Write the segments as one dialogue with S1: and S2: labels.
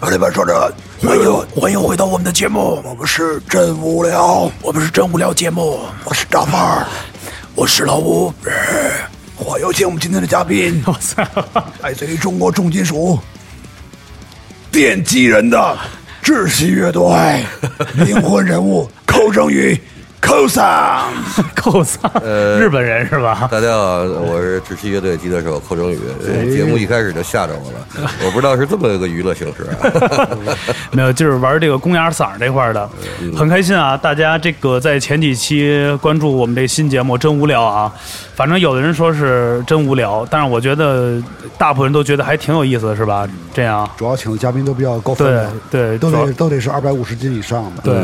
S1: 二里边呃说着，欢迎欢迎回到我们的节目，我们是真无聊，我们是真无聊节目，我是大胖儿， 我是老吴，哎欢迎有请我们今天的嘉 宾，
S2: 我操！
S1: 来自于中国重金属奠基人的窒息乐队 灵魂人物寇正宇。寇桑，
S2: 够丧！日本人是吧？
S3: 大家好，我是窒息乐队吉他手寇正宇。
S4: 哎
S3: 节目一开始就吓着我 了，我不知道是这么一个娱乐形式啊。
S2: 没有，就是玩这个公鸭嗓儿这块儿的，很开心啊！大家这个在前几期关注我们这新节目，真无聊啊！反正有的人说是真无聊，但是我觉得大部分人都觉得还挺有意思的，是吧？这样，
S4: 主要请的嘉宾都比较高分
S2: 对
S4: 量，
S2: 对，
S4: 都
S2: 主要
S4: 得都得是二百五十斤以上的。
S2: 对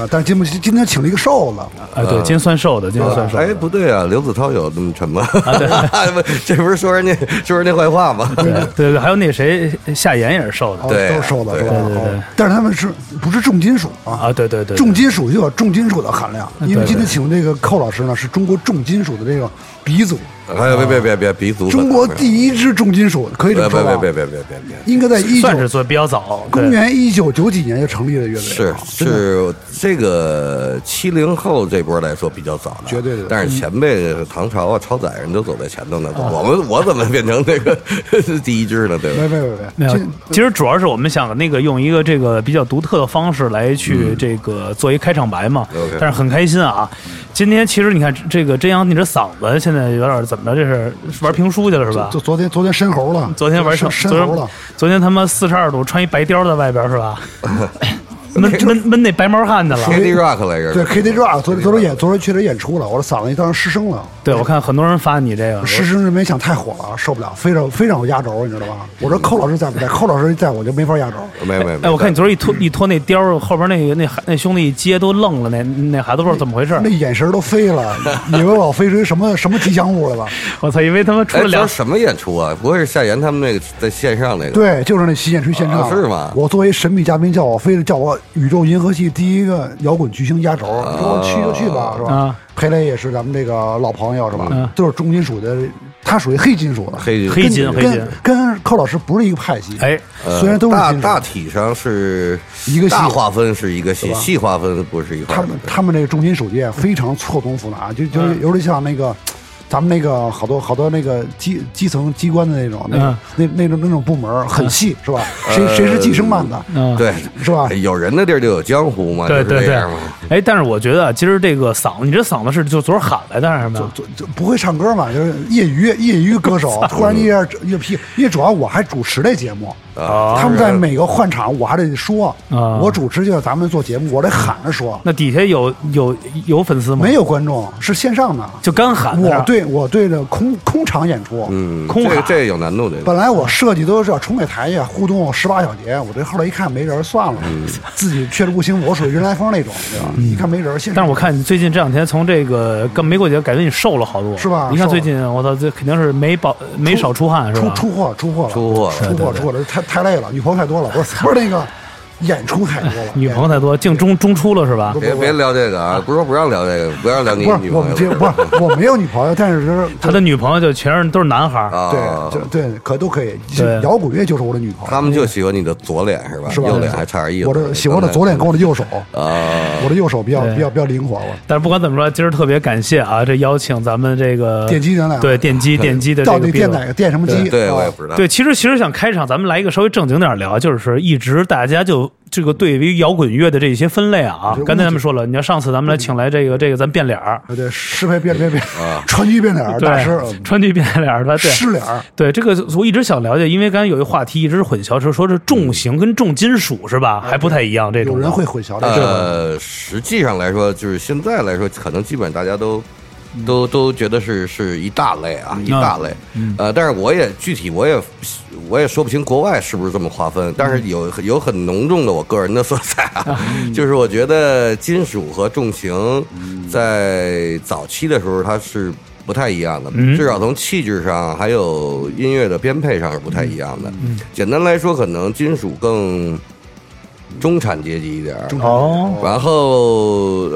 S4: 啊，但是今今今天请了一个瘦子，
S2: 哎，对，今天算瘦的，今天算瘦的。
S3: 哎，不对啊，刘子涛有那么沉吗？
S4: 啊
S3: 这不是说人家说人家坏话吗？
S2: 对对对，还有那谁夏言也是瘦的
S4: 哦
S3: 对
S4: 都是瘦的，
S3: 对
S4: 是吧？
S2: 对对对
S4: 哦但是他们是不是重金属啊？
S2: 啊，对对对，
S4: 重金属就有重金属的含量，因
S2: 对
S4: 为
S2: 对
S4: 今天请这个寇老师呢，是中国重金属的这个鼻祖，
S3: 哎，别别别别别足！
S4: 中国第一支重金属，可以这
S3: 别别
S4: 么说
S3: 别
S4: 吧？
S3: 别别别别别！
S4: 应该在一九
S2: 算是做比较早，
S4: 公
S2: 对
S4: 元一九九几年就成立的乐队
S3: 是
S4: 啊，真的
S3: 是，这个七零后这波来说比较早的，
S4: 绝对的
S3: 但是前辈唐朝啊、超载人都走在前头呢，我们我怎么变成那个 第一支呢？对吧
S4: 哦没？没没
S2: 没
S4: 没，
S2: 有
S4: 这，
S2: 其实主要是我们想那个用一个这个比较独特的方式来去这个做一开场白嘛。
S3: OK
S2: 但是很开心啊，今天其实你看这个真阳，你这嗓子现在有点怎么着？这是玩评书去了是吧
S4: 就？昨天昨天申猴了，
S2: 啊昨天玩上，
S4: 申
S2: 昨
S4: 申猴
S2: 天
S4: 了，
S2: 昨天他妈四十二度，穿一白貂在外边是吧？闷闷闷那白毛汗去了。
S3: k d Rock 来着，
S4: 对 K D Rock 昨天昨天演昨天确实演出了，我的嗓子当时失声了。
S2: 对，我看很多人发你这个，
S4: 实施没想太火了，受不了，非让非让我压轴，你知道吧？我
S3: 嗯
S4: 说寇老师在不在？寇老师在我就没法压轴。
S3: 没没没，
S2: 哎，我看你昨儿一脱一脱那貂儿，后边那个那孩那兄弟一接都愣了，那那孩子不知道怎么回事儿
S4: 那。眼神都飞了，以为我飞出一什么什么吉祥物了吧？
S2: 我操，以为他妈出
S3: 哎，
S2: 了
S3: 这
S2: 两
S3: 是什么演出啊？不会是夏言他们那个在线上那个？，
S4: 对，就是那西演吹现
S3: 啊
S4: 场
S3: 是吗
S4: 我作为神秘嘉宾，叫我非得叫我宇宙银河系第一个摇滚巨星压轴，
S3: 啊
S4: 你说我去就去吧，是吧
S2: 啊？嗯
S4: 裴雷也是咱们这个老朋友，是吧？都是重金属的，他属于黑金属的，
S3: 黑
S2: 黑金
S4: 跟
S2: 黑金
S4: 跟跟寇老师不是一个派系。
S2: 哎，
S4: 虽然都是
S3: 呃大
S4: 金属
S3: 大体上是
S4: 一个系
S3: 大划分是一个系，细划分不是一块
S4: 他
S3: 儿
S4: 们
S3: 的。
S4: 他们这个重金属界非常错综复杂，就就是
S2: 嗯
S4: 有点像那个。咱们那个好多好多那个基基层机关的那种，那、
S2: 嗯呃
S4: 那那种那种部门很细、是吧？谁谁是计生办的，
S2: 嗯
S3: 对，哎
S4: 是吧？
S3: 有人的地儿就有江湖
S4: 啊
S3: 嘛，
S2: 对
S3: 就是
S2: 对
S3: 这
S2: 对
S3: 样嘛。，
S4: 嗯
S2: 哎，但是我觉得啊，今儿这个嗓子，你这嗓子是就昨儿喊来的还是什么呀？
S4: 就就不会唱歌嘛，就是业余业余 歌手，突然一下一批，因为主要我还主持这节目，
S2: 啊，
S4: 他们在每个换场我还得说，
S2: 啊
S4: 我主持就像咱们做节目，我得喊着说，
S2: 那底下有有有粉丝吗？
S4: 没有观众是线上的，
S2: 就干喊
S4: 我
S2: 着
S4: 对我对着空空场演出，嗯。
S3: 嗯，
S2: 空
S3: 这个
S2: 喊
S3: 这个有难度的。
S4: 本来我设计都是要冲给台呀，互动十八小节，我这后来一看没人，算了，
S3: 嗯
S4: 自己确实不行，我属于人来疯那种，对吧？一看没人，现
S2: 但是我看你最近这两天从这个跟没过节，感觉你瘦了好多，
S4: 是吧
S2: 你看
S4: 瘦
S2: 最
S4: 了
S2: 近我操，这肯定是没保没少出汗是
S4: 出
S2: 吧？
S4: 出货出货了，
S3: 出
S4: 出
S3: 货了
S4: 出货出货了，太太累了，女朋友太多了，不是不是那个演出太多 了，
S2: 女朋友太多，净中中出了是吧？
S3: 别别聊这个啊！不是说不让聊这个，不让聊你
S4: 不
S3: 女
S4: 是我
S3: 朋
S4: 们
S3: 友
S4: 这不
S3: 了。
S4: 是我没有女朋友，但是就是
S2: 他的女朋友就全是都是男孩儿，
S3: 啊
S4: 对，就对可都可以
S2: 对，
S4: 摇滚乐就是我的女朋友，
S3: 他们就喜欢你的左脸是吧？
S4: 是吧？
S3: 右脸还差点意思。
S4: 我这喜欢我的左脸跟我的右手，
S3: 啊，
S4: 我的右手比较
S2: 对
S4: 比较比较灵活，我
S2: 但是不管怎么说，今儿特别感谢啊，这邀请咱们这个
S4: 电击人来了啊
S2: 对电击电击的这
S4: 到
S2: 个
S4: 底
S2: Beatle
S4: 电哪个电什么机？
S3: 对
S4: 啊
S3: 我也不知道。
S2: 对，其实其实想开场，咱们来一个稍微正经点儿聊，就是一直大家就这个对于摇滚乐的这些分类啊，刚才咱们说了，你要上次咱们来
S4: 嗯
S2: 请来这个这个咱变脸儿，
S4: 啊，对，适配变变变，
S3: 啊
S4: 川剧变脸儿大师，嗯
S2: 对，川剧变脸儿吧，对。
S4: 失脸儿
S2: 对这个，我一直想了解，因为刚才有一个话题一直混淆，是说是重型跟重金属是吧？还不太一样，这种
S4: 嗯有人会混淆的，
S3: 呃呃，实际上来说，就是现在来说，可能基本大家都都都觉得是是一大类啊，一大类。呃，但是我也具体我也我也说不清国外是不是这么划分，但是有有很浓重的我个人的色彩啊，就是我觉得金属和重型在早期的时候它是。不太一样的，至少从气质上还有音乐的编配上是不太一样的。简单来说，可能金属更中产阶级一点儿，
S5: 哦，
S3: 然后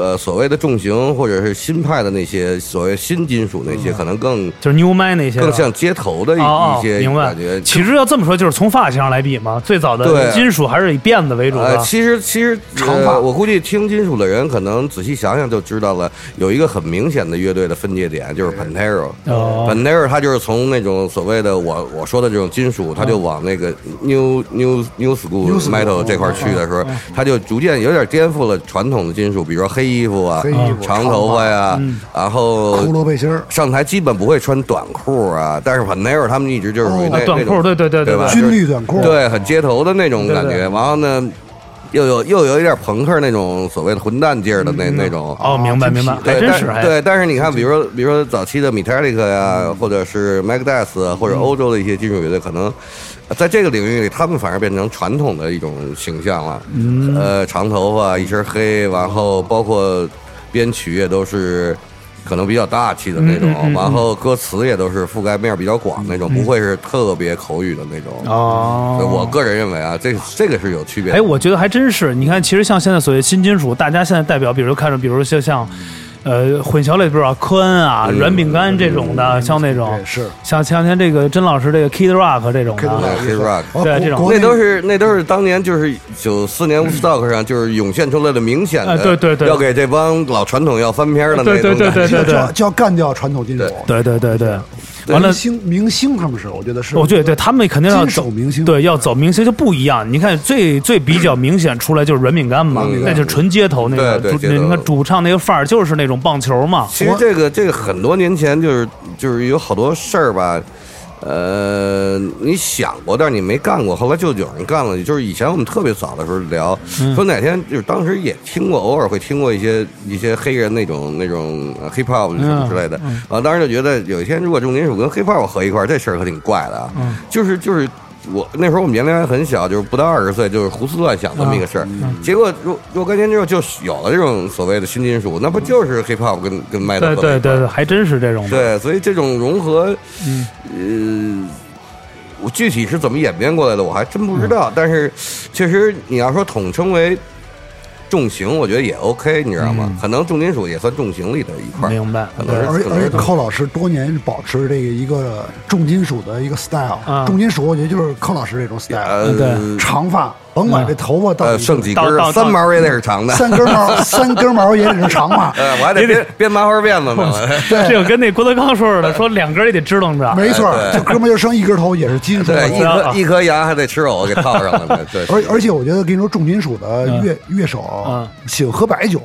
S3: 呃，所谓的重型或者是新派的那些所谓新金属那些，可能更
S5: 就是 New Man 那些的，
S3: 更像街头的一
S5: 嗯哦哦
S3: 一些
S5: 明白
S3: 感觉。
S5: 其实要这么说，就是从发型上来比嘛，最早的
S3: 对啊
S5: 金属还是以辫子为主
S3: 呃，
S5: 的。
S3: 其实其实
S4: 长
S3: 呃
S4: 发
S3: 我估计听金属的人可能仔细想想就知道了，有一个很明显的乐队的分界点就是 Pantera。
S5: 哦
S3: Pantera 他就是从那种所谓的我我说的这种金属，他就往那个 New New New School Metal 这块儿去的时候，他就逐渐有点颠覆了传统的金属，比如说黑衣服啊
S4: 黑衣服、
S3: 长头发呀，然后
S4: 骷髅背心儿
S3: 上台基本不会穿短裤啊，但是 Pantera 他们一直就是属于那
S5: 啊
S3: 那
S5: 短裤
S3: 种
S5: 对对对对
S3: 对吧？
S4: 军绿短裤
S3: 对，很街头的那种感觉。然后呢，又有又有一点朋克那种所谓的混蛋劲儿的那那种。
S5: 哦，明白明白，还
S3: 对，
S5: 真
S3: 但
S5: 是哎嗯还
S3: 对，但是你看，比如说，比如说早期的 Metallica 呀，或者是 Megadeth，啊或
S5: 嗯
S3: 者欧洲的一些金属乐队，可能在这个领域里，他们反而变成传统的一种形象了。
S5: 嗯
S3: 呃，长头发，一身黑，然后包括编曲也都是可能比较大气的
S5: 嗯
S3: 那种，然后歌词也都是覆盖面比较广那种，不会是特别口语的那种。
S5: 嗯哦
S3: 所以我个人认为啊，这这个是有区别的。
S5: 哎，我觉得还真是。你看，其实像现在所谓新金属，大家现在代表，比如看着，比如就像，呃，混淆类，比如说科恩啊、软饼干这种的，像那种
S4: 对是
S5: 像前两天这个真老师这个 Kid Rock 这种的
S4: Kid Rock
S3: 对 Kid Rock
S4: 哦
S5: 对
S4: 国
S5: 这种
S4: 国
S3: 啊那
S4: 内
S3: 都是那都是当年就是九四年 Woodstock 上就是涌现出来的明显的，
S5: 嗯哎对对对
S3: 要给这帮老传统要翻篇儿的那种
S5: 对对对
S3: 感觉
S5: 对对
S4: 叫叫干掉传统金属。
S5: 对对对对，完了
S4: 明。星明星他们是，我觉得是，
S5: 我觉得对他们肯定要
S4: 金
S5: 走
S4: 属明星
S5: 对，要走明星就不一样。你看最最比较明显出来就是软饼干嘛，那就是纯街头那个，
S3: 对对
S5: 主
S3: 街头
S5: 你看主唱那个范儿就是那种棒球嘛，
S3: 其实这个这个很多年前就是就是有好多事儿吧，呃，你想过，但是你没干过，后来就有人干了。就是以前我们特别早的时候聊，
S5: 嗯
S3: 说哪天就是当时也听过，偶尔会听过一些一些黑人那种那种呃 hip hop 什么之类的，
S5: 嗯
S3: 啊，当时就觉得有一天如果重金属跟 hip hop 合一块儿，这事儿可挺怪的啊，
S5: 嗯
S3: 就是就是。我那时候我们年龄还很小，就是不到二十岁，就是胡思乱想这么一个事儿。
S5: 嗯
S3: 结果若若干年之后，就有了这种所谓的新金属，那不就是 hip hop 跟跟麦
S5: 对
S3: 当
S5: 对对对，还真是这种的。
S3: 对，所以这种融合，嗯，呃，我具体是怎么演变过来的，我还真不知道。
S4: 嗯
S3: 但是，确实你要说统称为重型，我觉得也 OK，你知道吗？
S4: 嗯
S3: 可能重金属也算重型里的一块儿。
S5: 明白
S3: 可能是
S4: 而
S3: 可能
S4: 而
S3: 是
S4: 且寇老师多年保持这个一个重金属的一个 style，、
S5: 啊
S4: 重金属我觉得就是寇老师这种 style，、
S3: 呃
S5: 对嗯
S4: 长发，甭管这头发到底、
S3: 呃，剩几根
S5: 到
S3: 儿
S5: 到
S3: 三毛也得是长的，
S4: 三根毛，三根毛也得是长发，
S3: 呃，我还得编编麻花辫子呢。
S4: 对
S5: 这个跟那郭德纲说似的，说两根儿也得支棱着。
S4: 没错，
S3: 对
S4: 这哥们儿就剩一根头也是金属的
S3: 对，一
S4: 头。
S3: 颗一颗牙还得吃藕给套上 了呢。对，
S4: 啊而而且我觉得跟你说，重金属的乐、乐手、
S5: 嗯
S4: 请喝白酒，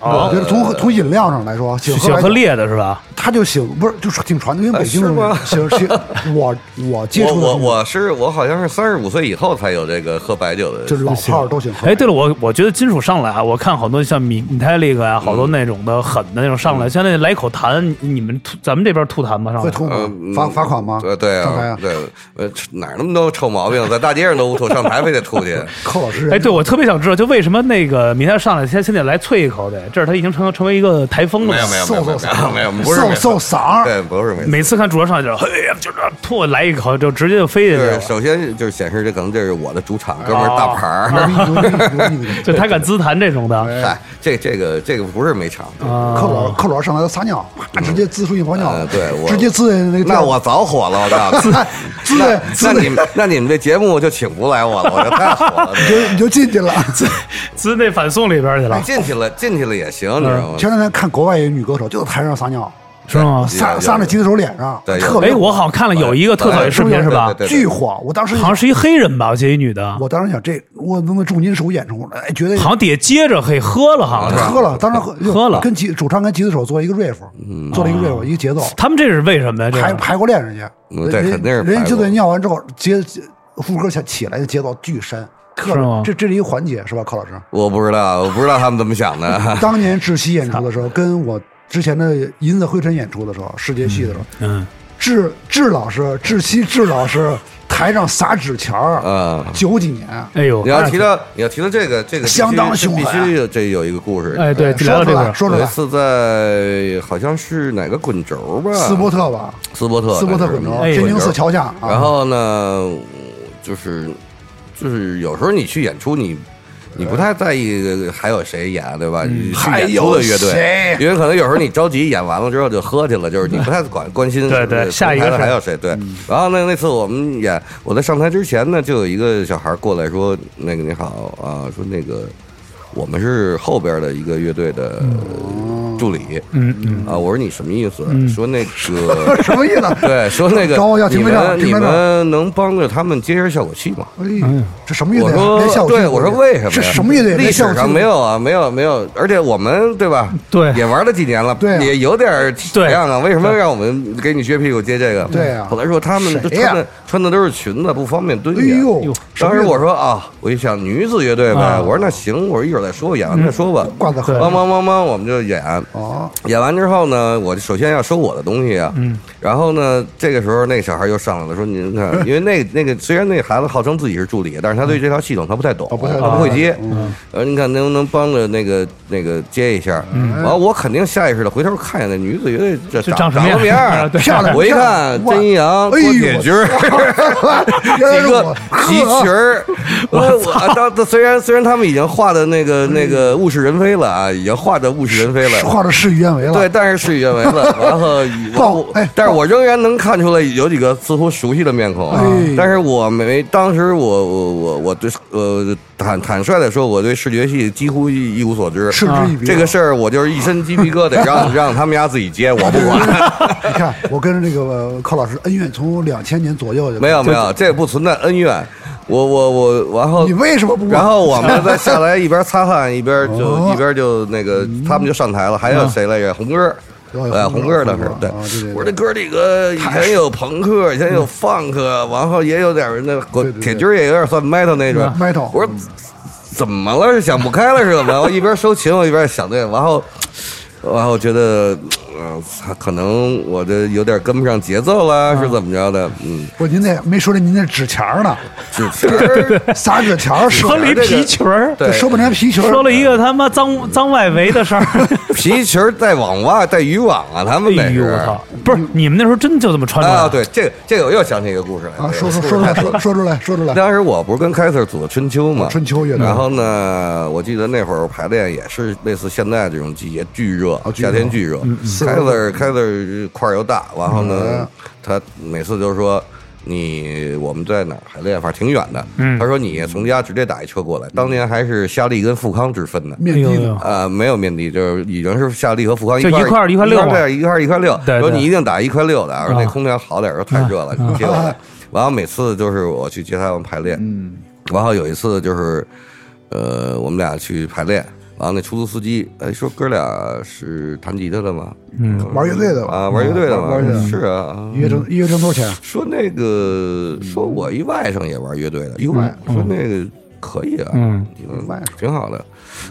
S5: 哦
S4: 我觉得从从饮料上来说，请喝
S5: 喜
S4: 白
S5: 欢喝
S4: 酒
S5: 烈的是吧？
S4: 他就醒，不是就是挺传统，因为
S3: 呃
S4: 北京
S3: 是吗
S4: 人醒醒， 我我接
S3: 我
S4: 触的
S3: 我我是我好像是三十五岁以后才有这个喝白酒的，
S4: 就是老炮儿都醒。
S5: 哎，对了，我我觉得金属上来啊，我看好多像米米泰利克啊，好多
S3: 嗯
S5: 那种的狠的那种上来，像那来口痰，你你们吐咱们这边吐痰吗？上
S4: 会
S5: 来
S4: 吐吗
S3: 嗯，？
S4: 罚罚款吗？
S3: 对对
S4: 干嘛
S3: 啊
S4: 呀，？
S3: 对，呃，哪儿那么多臭毛病，在大街上都不吐，上台非得吐去。
S4: 寇老师，
S5: 哎，对，我特别想知道，就为什么那个米泰上来先先得来啐一口得，这是他已经成成为一个台风 了。
S3: 没有没有没
S4: 瘦
S3: 有
S4: 瘦
S3: 没有
S4: 嗓，
S3: 没有，嗯不是
S4: 瘦瘦嗓儿，
S3: 对，不是没有。
S5: 每次看主播上去，嘿呀，就这吐来一口，就直接就飞下
S3: 就
S5: 去
S3: 是
S5: 了。
S3: 首先就是显示这可能这是我的主场，哥们儿大牌 儿。
S4: 牛逼牛逼牛逼牛 逼！
S5: 就他敢自弹这种的，
S3: 嗨，这这个这个不是没场。
S4: 寇老寇老师上来就撒尿，啪，直接滋出一泡尿
S3: 呃，对我
S4: 直接滋在那个地
S3: 那
S4: 儿
S3: 我早火了，我告诉你。
S4: 滋
S3: 那
S4: 在
S3: 那
S4: 滋
S3: 你
S4: 在，
S3: 们那你们这节目就请不来我了，我就太火 了。
S4: 你就你就进去了。
S5: 自那反送里边去了
S3: 你，进去了，进去了也行，你知道吗？
S4: 前两天看国外一女歌手就在台上撒尿，
S5: 是吗？
S4: 撒
S3: 有
S4: 撒在吉他手脸上，
S3: 对有
S4: 特别
S5: 哎，我好像看了有一个
S3: 哎
S5: 特效的视频是吧？
S3: 对对对
S4: 巨火。我当时
S5: 好像是一黑人吧，我记得一女的，
S4: 我当时想，这如果能在重金属演出，哎，绝对
S5: 好像底下接着嘿喝了，好像是。
S4: 喝了，当时喝
S5: 喝了
S4: 跟吉主唱跟吉他手做一个 riff，做
S3: 嗯
S4: 了一个 riff，一个节奏，
S5: 他们这是为什么呀？这
S4: 排
S5: 是
S4: 排过练人家，
S3: 啊嗯
S4: 人
S3: 对肯定是排过
S4: 人家就得尿完之后接接副歌起起来的节奏巨深，特
S5: 是吗
S4: 别这这是一个
S3: 啊
S4: 环节是吧，寇老师？
S3: 我不知道，我不知道他们怎么想的。
S4: 当年窒息演出的时候，跟我之前的银子灰尘演出的时候，世界戏的时候，
S5: 嗯，
S4: 志志老师、志熙志老师台上撒纸钱儿，
S3: 啊。
S4: 九几年，
S5: 哎呦，
S3: 你要提到你要提到这个这个必须，
S4: 相当
S3: 这
S4: 凶
S3: 必
S4: 狠啊
S3: 须有这有一个故事。
S5: 哎，对，
S4: 说出
S5: 聊到这
S4: 来，
S5: 个，
S4: 说出
S3: 有一
S4: 来，
S3: 次在好像是哪个滚轴吧，
S4: 斯波特吧，
S3: 斯波特
S4: 斯波特
S3: 还是
S4: 滚轴，
S5: 哎
S4: 天津寺桥下啊，
S3: 然后呢，就是就是有时候你去演出你。你不太在意还有谁演，对吧？
S5: 嗯
S3: 你去
S1: 还
S3: 演出
S1: 有
S3: 的乐队
S1: 谁，
S3: 因为可能有时候你着急演完了之后就喝去了，就是你不太管关心
S5: 对对
S3: 是不是
S5: 下一个嗯
S3: 台上
S5: 是
S3: 还有谁对。然后呢，那次我们演，我在上台之前呢，就有一个小孩过来说：“那个你好啊，说那个我们是后边的一个乐队的助理。”
S5: 嗯嗯，
S3: 啊，我说你什么意思？说那 个
S4: 什么意思？哎
S3: 对，说那个
S4: 高要
S3: 你
S4: 停拍照
S3: 们
S4: 停
S3: 你
S4: 拍照
S3: 们能帮着他们接一下效果器吗？
S4: 哎，这什么乐
S3: 我
S4: 队啊？连下
S3: 说
S4: 午
S3: 对，
S4: 去
S3: 我说为什么呀？
S4: 这什么乐队？
S3: 历
S4: 连
S3: 史
S4: 下午
S3: 上
S4: 去
S3: 没有啊，没有没有，而且我们对吧？
S5: 对
S3: 也玩了几年了，
S4: 对啊
S3: 也有点体量啊。为什么让我们给你撅屁股接这个？
S4: 对啊
S3: 后来说他们都
S4: 谁呀
S3: 穿的穿的都是裙子，不方便蹲
S4: 哎
S3: 下。
S4: 呦，
S3: 当时我说啊，我一想女子乐队呗
S5: 啊，
S3: 我说那行，我说一会儿再说，演完再说吧。
S4: 嗯挂在河
S3: 梆梆梆梆，我们就演。
S4: 哦，
S3: 演完之后呢，我就首先要收我的东西啊。
S5: 嗯。
S3: 然后呢，这个时候那个小孩又上来了，说：“您看，因为那那个虽然那个孩子号称自己是助理，但是他对这套系统他不太懂，
S4: 不太懂
S3: 他不会接。呃，您看能不能帮着那个那个接一下？然后我肯定下意识的回头看见那女子乐队这
S5: 这
S3: 长
S5: 长什么
S3: 么
S5: 样
S3: 样儿
S5: 对
S4: 漂亮
S3: 我一
S4: 漂亮
S3: 看，
S4: 哇
S3: 甄一阳、
S4: 哎
S3: 郭
S4: 呦
S3: 铁军儿。
S4: 原来
S3: 几
S4: 是
S3: 个
S4: 我
S3: 皮裙儿，我我当当虽然虽然他们已经画的那个那个物是人非了啊，已经画的物是人非了，
S4: 画的事与愿违了。
S3: 对，但是事与愿违了。然后以
S4: 报
S3: 我
S4: 哎
S3: 但是我仍然能看出来有几个似乎熟悉的面孔啊
S4: 哎。
S3: 但是我没，当时我我我我对呃坦坦率的说，我对视觉系几乎一一无所知。
S4: 嗤之以鼻。
S3: 这个事儿，我就是一身鸡皮疙瘩，让让他们家自己接，我不管。
S4: 你看，我跟这个呃寇老师恩怨从两千年左右就
S3: 没有没有，这不存在恩怨。我我我，然后
S4: 你为什么不管
S3: 然后我们 再下来一边擦汗一边
S4: 哦
S3: 就一边就那个，
S4: 嗯
S3: 他们就上台了。还有谁来着？红哥。
S4: 对
S3: 哎，
S4: 嗯红
S3: 红
S4: 歌
S3: 哥当时
S4: 红歌
S3: 对
S4: 啊对对，嗯
S3: 我说这歌里个以前有朋克，以前有 funk，然后也有点儿那
S4: 对对对
S3: 铁军儿也有点算 metal 那种
S4: 嗯 metal
S3: 我说
S4: 嗯
S3: 怎么了？是想不开了是怎 么着？我一边收琴，我一边想这个，然后，然后觉得，嗯，操可能我这有点跟不上节奏了，是怎么着的？嗯，
S4: 不，您那没说这您那纸钱儿 呢，
S3: 就对
S4: 撒纸钱 儿说
S5: 穿了一皮裙儿，
S3: 对，嗯
S4: 说半天皮球，
S5: 说了一个他妈脏脏外围的事 儿。
S3: 皮裙儿带网袜带渔网啊，他们那
S5: 哎
S3: 是
S5: 呦我操！不是你们那时候真就这么穿着
S3: 嗯啊，对，这个这个我又想起一个故事来
S4: 啊，
S3: 这
S4: 说
S3: 个
S4: 说说出
S3: 故事
S4: 来，
S3: 太
S4: 说说出来，说出来。
S3: 当时我不是跟凯 Sir 组的春秋嘛，
S4: 春秋乐队
S3: 然后呢，我记得那会儿排练也是类似现在这种季节，巨热，
S4: 哦巨热嗯
S3: 夏天巨热。凯 Sir 凯 Sir 块儿又大，然后呢，他每次都说。你我们在哪儿排练？反正挺远的。
S5: 嗯
S3: 他说你从家直接打一车过来。当年还是夏利跟富康之分呢。
S4: 面
S5: 哎呦
S4: 的
S5: 哎呦
S3: 啊，没有面的，就是已经是夏利和富康
S5: 就
S3: 块
S5: 一块儿
S3: 一
S5: 一块六嘛
S3: 对，一块儿一块六。
S5: 对
S3: 说
S5: 对
S3: 你一定打一块六的，说那
S5: 啊
S3: 空调好点儿，说太热了，你接我来。完了，每次就是我去接他们排练，嗯，然后有一次就是，呃，我们俩去排练，完了那出租司机，哎，说哥俩是弹吉他的吗？嗯，
S4: 玩乐队的吧
S3: 啊，玩乐队的吗？
S4: 玩玩乐队的
S3: 是啊，
S4: 一月
S5: 嗯
S4: 挣一月挣多少 钱？
S3: 说那个，说我一外甥也玩乐队的，
S4: 嗯
S3: 哟，说那个可以啊，
S5: 嗯，
S4: 外甥
S3: 挺好的。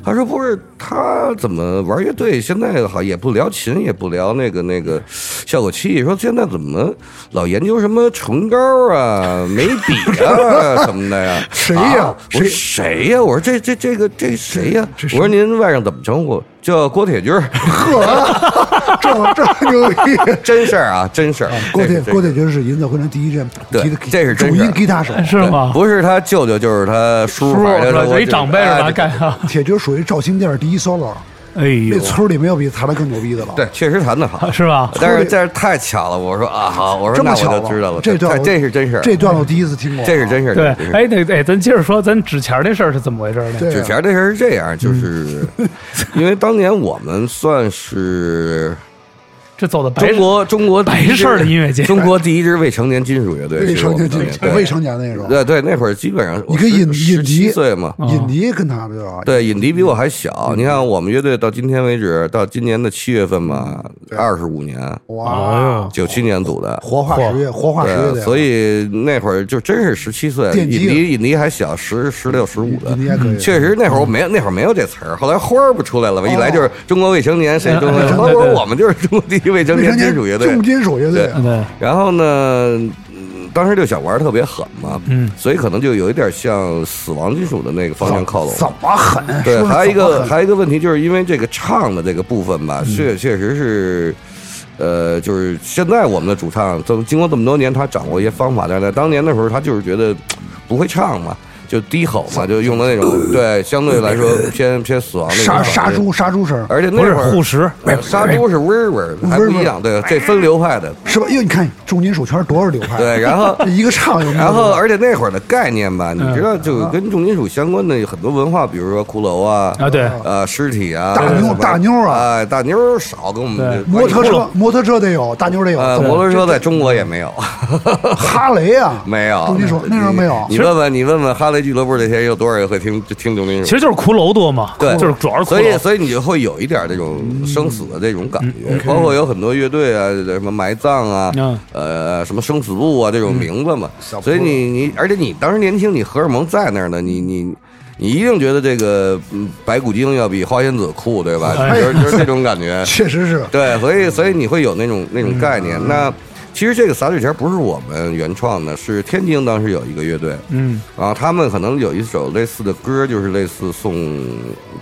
S3: 他说不是，他怎么玩乐队？现在好也不聊琴，也不聊那个那个效果器，说现在怎么老研究什么唇膏啊、眉笔 啊什么的呀？
S4: 谁呀
S3: 啊我说谁呀？我说这这这个这谁呀？我说您外甥怎么称呼？叫郭铁军儿，
S4: 呵，这这牛逼！
S3: 真事儿啊，真事儿。
S4: 郭
S3: 这
S4: 铁
S3: 是真
S4: 郭
S3: 事
S4: 铁
S3: 儿
S4: 军是银子会城第一任
S3: 对
S4: 吉他
S3: 这是
S4: 主
S3: 真事儿
S4: 音吉他手，
S5: 哎是 吗？
S3: 不是他舅舅，就是他叔，
S5: 叔，
S3: 反正
S5: 是吧
S3: 我
S5: 有一
S3: 就
S5: 长辈是
S3: 哎
S5: 吧？干啥？
S4: 铁军属于赵兴店第一 solo，
S5: 啊哎
S4: 那
S5: 呦，
S4: 村里没有比他弹的更牛逼的了。
S3: 对，，确实弹得 好，
S5: 是吧？
S3: 但是但是太巧了，我说啊好，我说
S4: 这
S3: 那
S4: 么
S3: 我
S4: 巧
S3: 就
S4: 吗
S3: 知道了，
S4: 这段
S3: 这
S4: 我
S3: 这是真事儿，啊
S4: 这段我第一次听过，啊
S3: 这是真事儿，这是，
S5: 对
S3: 真事儿
S5: 哎，那哎，咱接着说，咱纸钱儿这事儿是怎么回事儿呢？
S4: 对啊
S3: 纸钱儿这事儿是 这样，就是因为当年我们算是
S5: 这走的白
S3: 中国中国
S5: 白事儿的音乐节
S3: 中国第一支未成年金属乐队，
S4: 未成年
S3: 是
S4: 金
S3: 我们当年
S4: 未成年那种，
S3: 对对，对那会儿基本上我
S4: 你跟
S3: 十
S4: 尹
S3: 十
S4: 尹
S3: 七
S4: 迪
S3: 岁嘛，
S5: 哦
S4: 尹迪跟他对吧？
S3: 对，尹迪比我还小。
S4: 嗯
S3: 你看我们乐队到今天为止，到今年的七月份吧，二十五年，
S5: 啊哎
S4: 哇，
S3: 九七年组的。
S4: 活化十月，活化十月
S3: 对，啊
S4: 的，
S3: 所以那会儿就真是十七岁，尹
S4: 奠基了
S3: 迪尹迪还小，十十六十五的
S4: 尹迪还可以。
S3: 确实那会儿我没有那会儿没有这词儿，后来花儿不出
S4: 哦
S3: 来了嘛，一来就是中国未成年，谁中国？
S5: 嗯
S3: 那会
S5: 对
S3: 儿
S5: 对
S3: 我们就是中国第一未成
S4: 未
S3: 年
S4: 成
S3: 金
S4: 年
S3: 属乐队
S4: 重。金属乐队啊
S3: 对，
S5: 对，
S3: 然后呢，嗯当时就想玩儿特别狠嘛，
S5: 嗯
S3: 所以可能就有一点向死亡金属的那个方
S4: 哦
S3: 向靠拢。
S4: 怎么狠？
S3: 对，
S4: 说是
S3: 还有
S4: 怎么
S3: 一个
S4: 狠嗯
S3: 还有一个问题，就是因为这个唱的这个部分吧，确确实是，呃，就是现在我们的主唱，这么经过这么多年，他掌握一些方法，但是在当年的时候，他就是觉得不会唱嘛，就低吼嘛，就用的那种对，相对来说偏偏死亡那种
S4: 杀
S3: 感觉
S4: 杀，猪杀猪声
S3: 而且那
S5: 不是
S3: 会儿
S5: 护食，
S3: 呃杀猪是 w i r w i r 还不一样，对，这分流派的，
S4: 是吧？哟，你看重金属圈多少流派？啊
S3: 对，然后。
S4: 这一个唱有没有
S3: 然后，而且那会儿的概念吧，你
S4: 嗯
S3: 知道，就跟重金属相关的很多文化，比如说骷髅啊，
S4: 嗯
S5: 啊对
S3: 呃，尸体啊，
S4: 大妞
S3: 什么
S4: 大妞啊
S3: 哎，大妞少跟我们这
S5: 对
S4: 摩托车啊摩托车得有，大妞得有，
S3: 呃，
S4: 怎么
S3: 摩托车在中国也没有，
S4: 哈雷啊，
S3: 没有
S4: 重金属那时候没有
S3: 你问问你问问哈雷俱乐部这些人有多少人会听听重金
S5: 其
S3: 属？
S5: 实就是骷髅多嘛，
S3: 对，
S5: 就是主要是骷
S3: 所以
S5: 髅。
S3: 所以你就会有一点这种生死的这种感觉，包括有很多乐队啊，什么埋葬啊
S5: 嗯，
S3: 呃，什么生死簿啊这种名字嘛。
S4: 小
S3: 所以你你，而且你当时年轻，你荷尔蒙在那儿呢，你你。你一定觉得这个嗯白骨精要比花仙子酷，对吧？
S5: 哎
S3: 就是就是这种感 觉，
S4: 确实是
S3: 对，所以所以你会有那种那种概念。那其实这个洒水钱不是我们原创的，是天津当时有一个乐队，
S5: 嗯，
S3: 然后他们可能有一首类似的歌，就是类似送，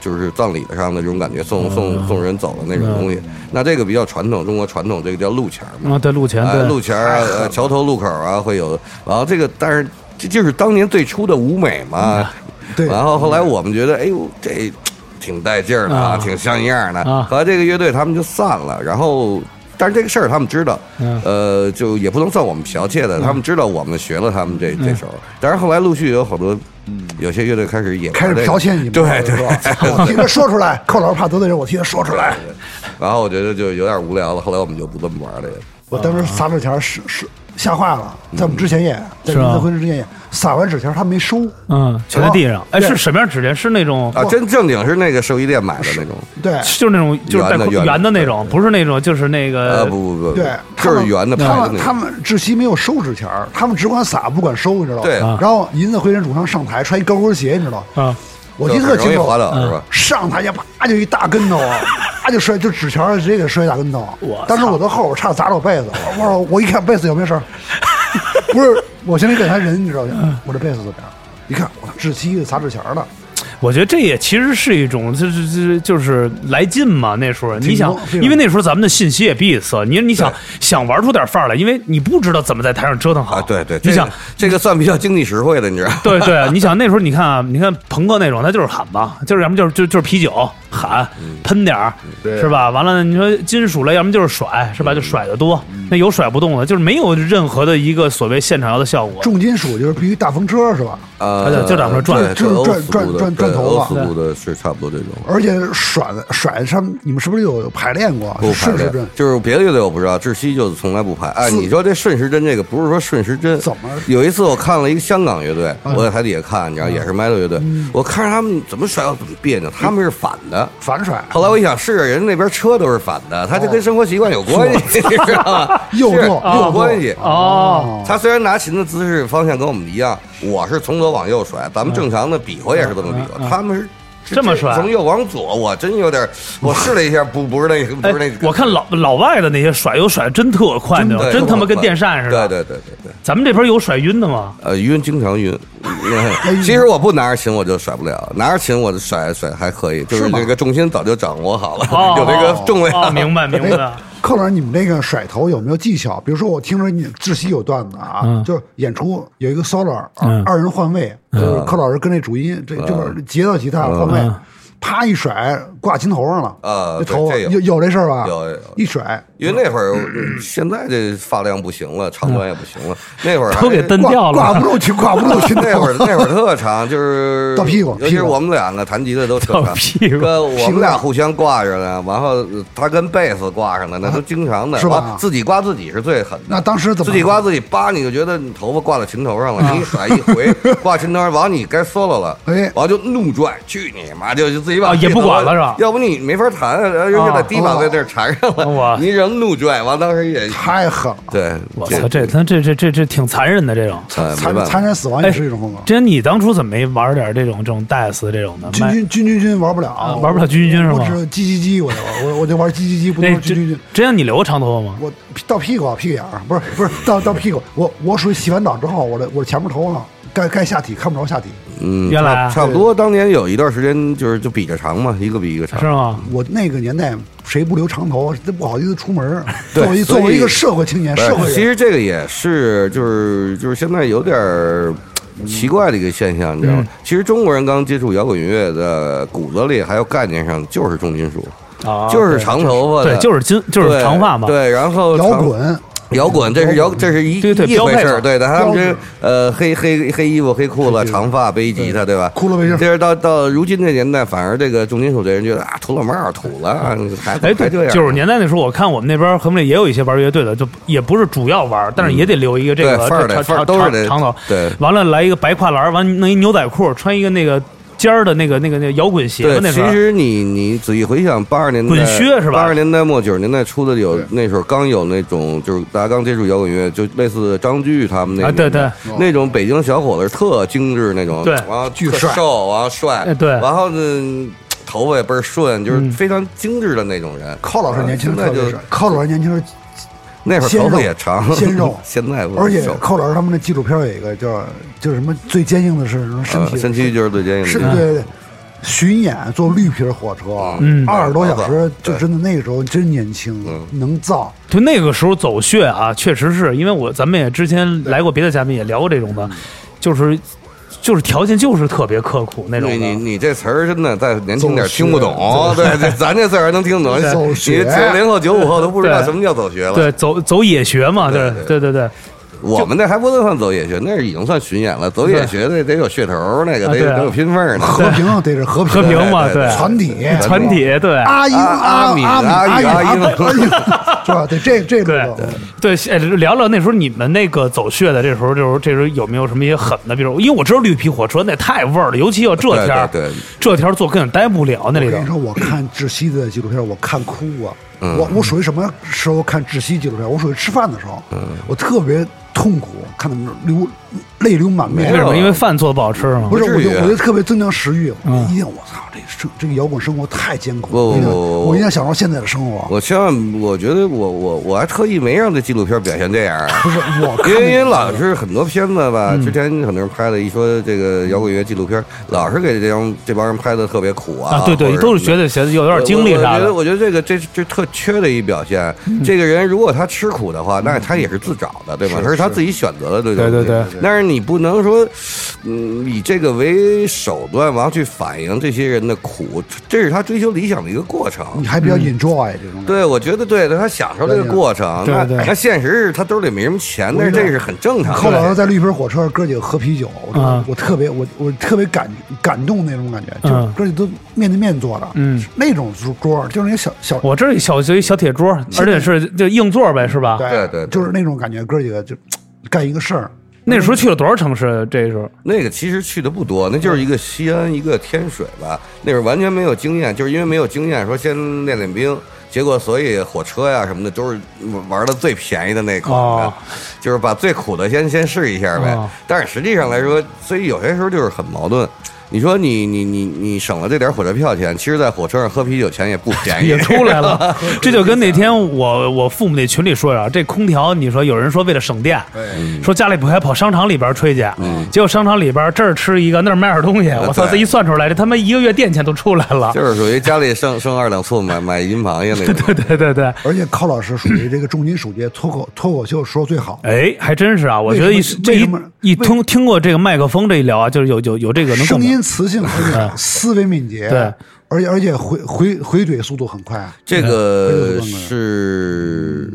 S3: 就是葬礼上的这种感觉，送送送人走的那种东西。那这个比较传统，中国传统这个叫路钱嘛，
S5: 啊，对，路前，
S3: 哎，
S5: 对，
S3: 路钱儿、呃桥头路口啊会有。然后这个，但是这就是当年最初的舞美嘛。
S4: 嗯对
S3: 然后后来我们觉得，哎呦，这挺带劲儿的啊，
S5: 啊
S3: 挺像样的。
S5: 啊
S3: 后来这个乐队他们就散了，然后。但是这个事儿他们知道，
S5: 嗯
S3: 呃，就也不能算我们剽窃
S4: 嗯
S3: 的，他们知道我们学了他们这、这首。但是后来陆续有好多，有些乐队开始也
S4: 开始
S3: 玩这个
S4: 剽窃你们，
S3: 对
S4: 是
S3: 对。
S4: 吧我 听着说出来，寇老师怕得罪人，我听着说出来。
S3: 然后我觉得就有点无聊了，后来我们就不这么玩儿了。
S4: 我当时撒纸钱儿是是吓坏了，在我们之前演，在
S5: 是
S4: 林
S5: 吧
S4: 森婚之前演，撒完纸钱儿他没收，
S5: 嗯，全在地上。哎，
S4: 对
S5: 是什么样纸钱？是那种，
S3: 哦啊，真正经是那个寿衣店买的那种。
S4: 对，
S5: 就是那种，就是带
S3: 圆的
S5: 扣
S3: 圆的
S5: 圆的那种，不是那种，就是那
S3: 呃，
S5: 个
S3: 不，不不，
S4: 对，他
S3: 就
S4: 们
S3: 是圆的
S4: 他
S3: 牌
S4: 们
S3: 子那
S4: 他
S3: 种。
S4: 们窒息没有收纸钱儿，他们只管撒不管收，你知道吗？
S3: 对
S5: 啊
S4: 然后银子灰人主唱上台穿一高跟鞋，你知道吗，
S5: 啊，
S4: 我
S3: 就
S4: 记得特
S3: 很容
S4: 清
S3: 易
S4: 楚嗯
S3: 滑，倒是吧？
S4: 上台就啪就一大跟头，啊啪就摔，就纸钱儿直接给摔大跟头啊
S5: 我操。
S4: 当时我到后边差点砸着我被子，我说我一看被子有没有事儿， 不是，我现在给他人，你知道
S5: 嗯
S4: 吗？我这被子怎么样？一看，我窒息撒纸钱儿的，
S5: 我觉得这也其实是一种，就是就是就是来劲嘛。那时候
S4: 挺
S5: 你想
S4: 多这，个
S5: 因为那时候咱们的信息也闭塞，你你想想玩出点范儿来，因为你不知道怎么在台上折腾好。
S3: 啊，对对，
S5: 你
S3: 这
S5: 想
S3: 个，这个算比较经济实惠的，你知道？
S5: 对对，你想那时候你看啊，你看朋克那种，他就是喊吧，就是要么就是就就是啤酒喊
S3: 嗯
S5: 喷点儿，是吧？完了你说金属类，要么就是甩，是吧？
S3: 嗯
S5: 就甩的多，那有甩不动的，就是没有任何的一个所谓现场要的效果。
S4: 重金属就是必须大风车是吧？
S3: 啊
S5: 对就长着转
S4: 就是转转转转头啊
S3: 欧
S4: 发
S3: 斯布的是差不多这种。
S4: 而且甩甩上，你们是不是有排练过？
S3: 不排
S4: 顺时针
S3: 练，就是别的乐队我不知道，窒息就从来不排。哎，
S4: 四
S3: 你说这顺时针这个不是说顺时针，
S4: 怎么嗯
S3: 有一次我看了一个香港乐队，我在台底下看，你知道也是 metal 乐队，我看着他们怎么甩我怎么别扭，他们是反的。
S4: 反甩，
S3: 后来我一想，是啊人家那边车都是反的，
S4: 哦
S3: 他这跟生活习惯有关系，你知道吗？
S4: 右
S3: 是
S4: 舵右
S3: 有
S4: 舵
S3: 关系。
S5: 哦，
S3: 他虽然拿琴的姿势方向跟我们一样，我是从左往右
S5: 嗯
S3: 甩，咱们正常的比划也是这么比划，他们是。
S5: 这么甩
S3: 从右往左，我真有 点，我试了一下，不不是那个，不
S5: 哎
S3: 是那个，，
S5: 我看老老外的那些甩油甩得真特快，那种
S3: 对
S5: 真他妈跟电扇似的。
S3: 对对对对对，
S5: 咱们这边有甩晕的吗？
S3: 呃，晕经常 晕。
S5: 哎
S3: 其实我不拿着琴我就甩不了，拿着琴我就甩甩还可以，就是
S4: 是吗
S3: 那个重心早就掌握好了，
S5: 哦
S3: 有这个重
S5: 哦，
S3: 量。
S5: 明白明 白。
S4: 寇哎老师，你们这个甩头有没有技巧？比如说，我听说你窒息有段子啊，
S5: 嗯
S4: 就是演出有一个啊 solo，、
S5: 嗯
S4: 二人换位，就是寇老师跟那主音，这这边截到吉他换位，
S5: 嗯
S4: 啪一甩挂金头上了
S3: 啊
S4: 这
S3: 对
S4: 头发
S3: 这有
S4: 有有这事儿吧？
S3: 有有
S4: 一甩
S3: 因为那会儿呃现在这发量不行了，长短也不行了，那会儿还
S5: 都给蹬
S4: 挂
S5: 掉
S4: 挂
S5: 了
S4: 不。住裙，挂不住裙头。
S3: 那 会儿那会儿特长，就是
S4: 到屁股
S3: 尤其
S4: 屁
S3: 是
S4: 股
S3: 我们两个弹吉他都特
S5: 到
S3: 长，
S5: 屁股
S3: 哥
S4: 屁
S3: 我
S4: 股
S3: 们俩互相挂着呢，然后他跟贝斯挂上了，那都经常的，
S4: 是吧
S3: 啊自己刮自己是最狠的。
S4: 那当时怎么
S3: 自己刮自己扒，你就觉得你头发挂到琴头上了，你一甩一 回挂琴头上，完了你该 solo 了，
S4: 啊哎
S3: 完了就怒拽，去你妈就就自己把
S5: 啊也不管了是吧啊
S3: 要不你没法弹，然后人家在低把在那儿缠上
S5: 哇
S3: 了，你人怒拽，完了当时也
S4: 太狠了，
S3: 对，
S5: 我操，这他这这这这挺残忍的这种。
S3: 哎没
S4: 残
S3: 办法
S4: 残忍死亡也是一种风格。
S5: 真，你当初怎么没玩点这种这种带死哎这种的？
S4: 君
S5: 卖
S4: 君君君君玩不
S5: 啊
S4: 了，
S5: 玩不了君君君是
S4: 我
S5: 吗哎
S4: 只有鸡鸡鸡，我就玩我我就玩鸡鸡鸡，不能
S5: 那
S4: 玩君君
S5: 真
S4: 君。
S5: 真让你留个长头发吗？
S4: 我到屁股啊，屁股眼儿，不是不是到到屁股，我我属于洗完澡之后，我的我的前面头上盖盖下体看不着下体，
S3: 嗯，
S5: 原来啊
S3: 差差不多当年有一段时间就是就比着长嘛，一个比一个长
S5: 是。吗？
S4: 我那个年代谁不留长头，都不好意思出门儿。
S3: 对
S4: 作为
S3: 所
S4: 作
S3: 以
S4: 为一个社会青年，
S3: 不是
S4: 社会啊
S3: 其
S4: 人，
S3: 实这个也是就是就是现在有点儿。奇怪的一个现象，你知道吗？
S4: 嗯
S3: 其实中国人刚接触摇滚乐的骨子里还有概念上就是重金属，
S5: 啊，
S3: 就是长头发的，
S5: 对，就是金，就是
S3: 对
S5: 长发嘛。
S3: 对，然后
S4: 摇
S3: 长
S4: 滚
S3: 摇滚，这是摇，这是一
S5: 对对
S3: 一
S5: 标
S3: 回
S5: 配
S3: 事
S5: 嘛
S3: 儿。对的，他
S4: 标
S3: 们
S4: 配
S3: 这呃黑黑黑衣服、黑裤子、长发、背吉他，对吧？
S4: 骷髅背心
S3: 这是到到如今这年代，反而这个重金属的人觉得啊，土老帽儿土了，还
S5: 哎，
S3: 还
S5: 对
S3: 这，样。啊
S5: 九十年代那时候，我看我们那边河北也有一些玩乐队的，就也不是主要玩，但是也得留一个这个
S3: 嗯对范儿得
S5: 这
S3: 范儿
S5: 长
S3: 都是得
S5: 长长头，
S3: 对
S5: 完了来一个白跨栏，完弄一牛仔裤，穿一个那个尖儿的那个那个那个摇滚鞋吧，
S3: 对，
S5: 那时
S3: 其
S5: 候
S3: 实你你仔细回想，八十年代
S5: 滚靴是吧
S3: 八十年代末九十年代初的有那时候刚有那种就是大家刚接触摇滚乐，就类似张炬他们那
S5: 啊对对
S3: 那种北京小伙子特精致那种，
S5: 对
S3: 然后
S4: 哦巨
S3: 特
S4: 帅
S3: 瘦，然后帅
S5: 哎，对嗯
S3: 然后呢头发也倍儿顺，就是非常精致的那种人。
S4: 靠老师年轻
S3: 现
S4: 人
S3: 在
S4: 特
S3: 就
S4: 别帅，靠老师年轻人，
S3: 那会儿头发也长，
S4: 鲜肉
S3: 现在不
S4: 而且
S3: 瘦
S4: 靠老师他们那纪录片有一个叫叫什么最坚硬的是什么身
S3: 呃
S4: 体，
S3: 身躯就是最坚
S4: 是
S3: 硬
S4: 对
S3: 的。
S4: 对
S3: 嗯
S4: 对，巡演坐绿皮火车，
S5: 嗯
S4: 二十多小时，就
S3: 对嗯
S4: 真的那个时候真年轻，能造。
S5: 就那个时候走穴啊，确实是因为我咱们也之前来过别的嘉宾也聊过这种
S3: 嗯
S5: 的，就是就是条件就是特别刻苦那种
S3: 你你
S5: 的。
S3: 你这词儿真的在年轻点儿
S4: 走
S3: 听不
S4: 穴
S3: 懂，对对，咱这字儿还能听 懂。
S4: 对走
S3: 你
S4: 穴
S3: 九零后、九五后都不知道
S5: 对
S3: 什么叫走穴了。
S5: 对，走走野学嘛，对对对对，
S3: 我们那还不能算走野学，那已经算巡演了。走野学那得有噱头儿，那个
S5: 啊
S3: 得
S5: 对啊
S3: 得有拼缝儿呢。
S4: 和平得是和平，
S5: 和平嘛，对，
S4: 团体，
S5: 团体对。
S4: 阿英
S3: 啊
S4: 阿
S3: 阿敏
S4: 阿
S3: 阿
S4: 阿
S3: 英
S4: 阿
S3: 阿
S4: 英
S3: 英
S4: 阿英，是吧？对，这这
S5: 对
S4: 个
S5: 对，哎聊聊那时候你们那个走穴的，这时候就是这时候有没有什么一些狠的？比如，因为我知道绿皮火车那太味儿了，尤其要这
S3: 对
S5: 天儿，
S3: 对对
S5: 这天儿坐根本待不了那里
S4: 我
S5: 头
S4: 跟你。说，我看窒息的纪录片，我看哭啊！
S3: 嗯
S4: 我我属于什么时候看窒息纪录片？我属于吃饭的时候，
S3: 嗯
S4: 我特别痛苦，看他们流泪流满面
S5: 为。什么？因为饭做的不好吃吗
S4: 不？是，
S3: 不
S4: 我
S3: 至于
S4: 就
S3: 啊
S4: 我就特别增强食欲。我一定，我操，这生这个摇滚生活太艰苦了。
S3: 不不
S4: 一定
S3: 不不不
S4: 我一定要享受现在的生活。
S3: 我千万，我觉得我我我还特意没让这纪录片表现这样 儿。
S4: 不是我看
S3: 因为因为
S4: 那个
S3: 老是很多片子
S5: 嗯
S3: 吧，之前很多人拍的，一说这个摇滚乐纪录片，老是给这帮这帮人拍的特别苦啊
S5: 啊，，对对，
S3: 或者
S5: 都是
S3: 什么
S5: 觉
S3: 的
S5: 得觉得有点经历
S3: 我
S5: 啥
S3: 我觉
S5: 的
S3: 得，。我觉得这个这这特缺的一表现。
S5: 嗯
S3: 这个人如果他吃苦的话，那他也是自找的，对吧？他是他自己选择的，对吧
S5: 对对对。
S3: 但是你不能说，嗯，以这个为手段，然后去反映这些人的苦，这是他追求理想的一个过程。
S4: 你还比较 enjoy 这种感觉。
S3: 对，我觉得对的，他享受这个过程。
S5: 嗯对
S3: 那
S5: 对
S3: 那现实是他兜里没什么钱，但是这是很正常
S5: 啊
S3: 的。
S4: 后老师在绿皮火车，哥几个喝啤酒，
S5: 嗯
S4: 我我特别我我特别感感动那种感觉，就
S5: 嗯
S4: 是哥几个都面对面坐着，
S5: 嗯，
S4: 那种桌就是那个小小，
S5: 我这儿一小一小铁桌，而且是就硬座呗，是吧？
S3: 对对对
S4: 就是那种感觉，哥几个就干一个事儿，
S5: 那时候去了多少城市？啊这时候
S3: 那个其实去的不多，那就是一个西安，一个天水吧。那会儿完全没有经验，就是因为没有经验，说先练练兵，结果所以火车呀、什么的都是玩的最便宜的那款的，
S5: 哦
S3: 就是把最苦的先先试一下呗。
S5: 哦
S3: 但是实际上来说，所以有些时候就是很矛盾。你说你你你你省了这点火车票钱，其实，在火车上喝啤酒钱也不便宜，
S5: 也出来了，这就跟那天我我父母那群里说呀，这空调，你说有人说为了省电，
S3: 哎嗯
S5: 说家里不还跑商场里边吹去，结果商场里边这儿吃一个那儿买点东西，我操，
S3: 对
S5: 这一算出来，这他妈一个月电钱都出来 了。
S3: 就是属于家里剩剩二两醋买买一斤螃蟹那种。
S5: 对对对对，
S4: 而且靠老师属于这个重金属界脱口脱口秀说最好，
S5: 哎，还真是啊，我觉得一
S4: 为什么
S5: 这
S4: 为
S5: 一
S4: 什么
S5: 一听听过这个麦克风这一聊啊，就是有有有这个能
S4: 声
S5: 共鸣
S4: 音磁性，而且思维敏捷，
S5: 对
S4: 而且而且回回回怼速度很快啊。
S5: 哎
S3: 这个
S4: 嗯
S3: 是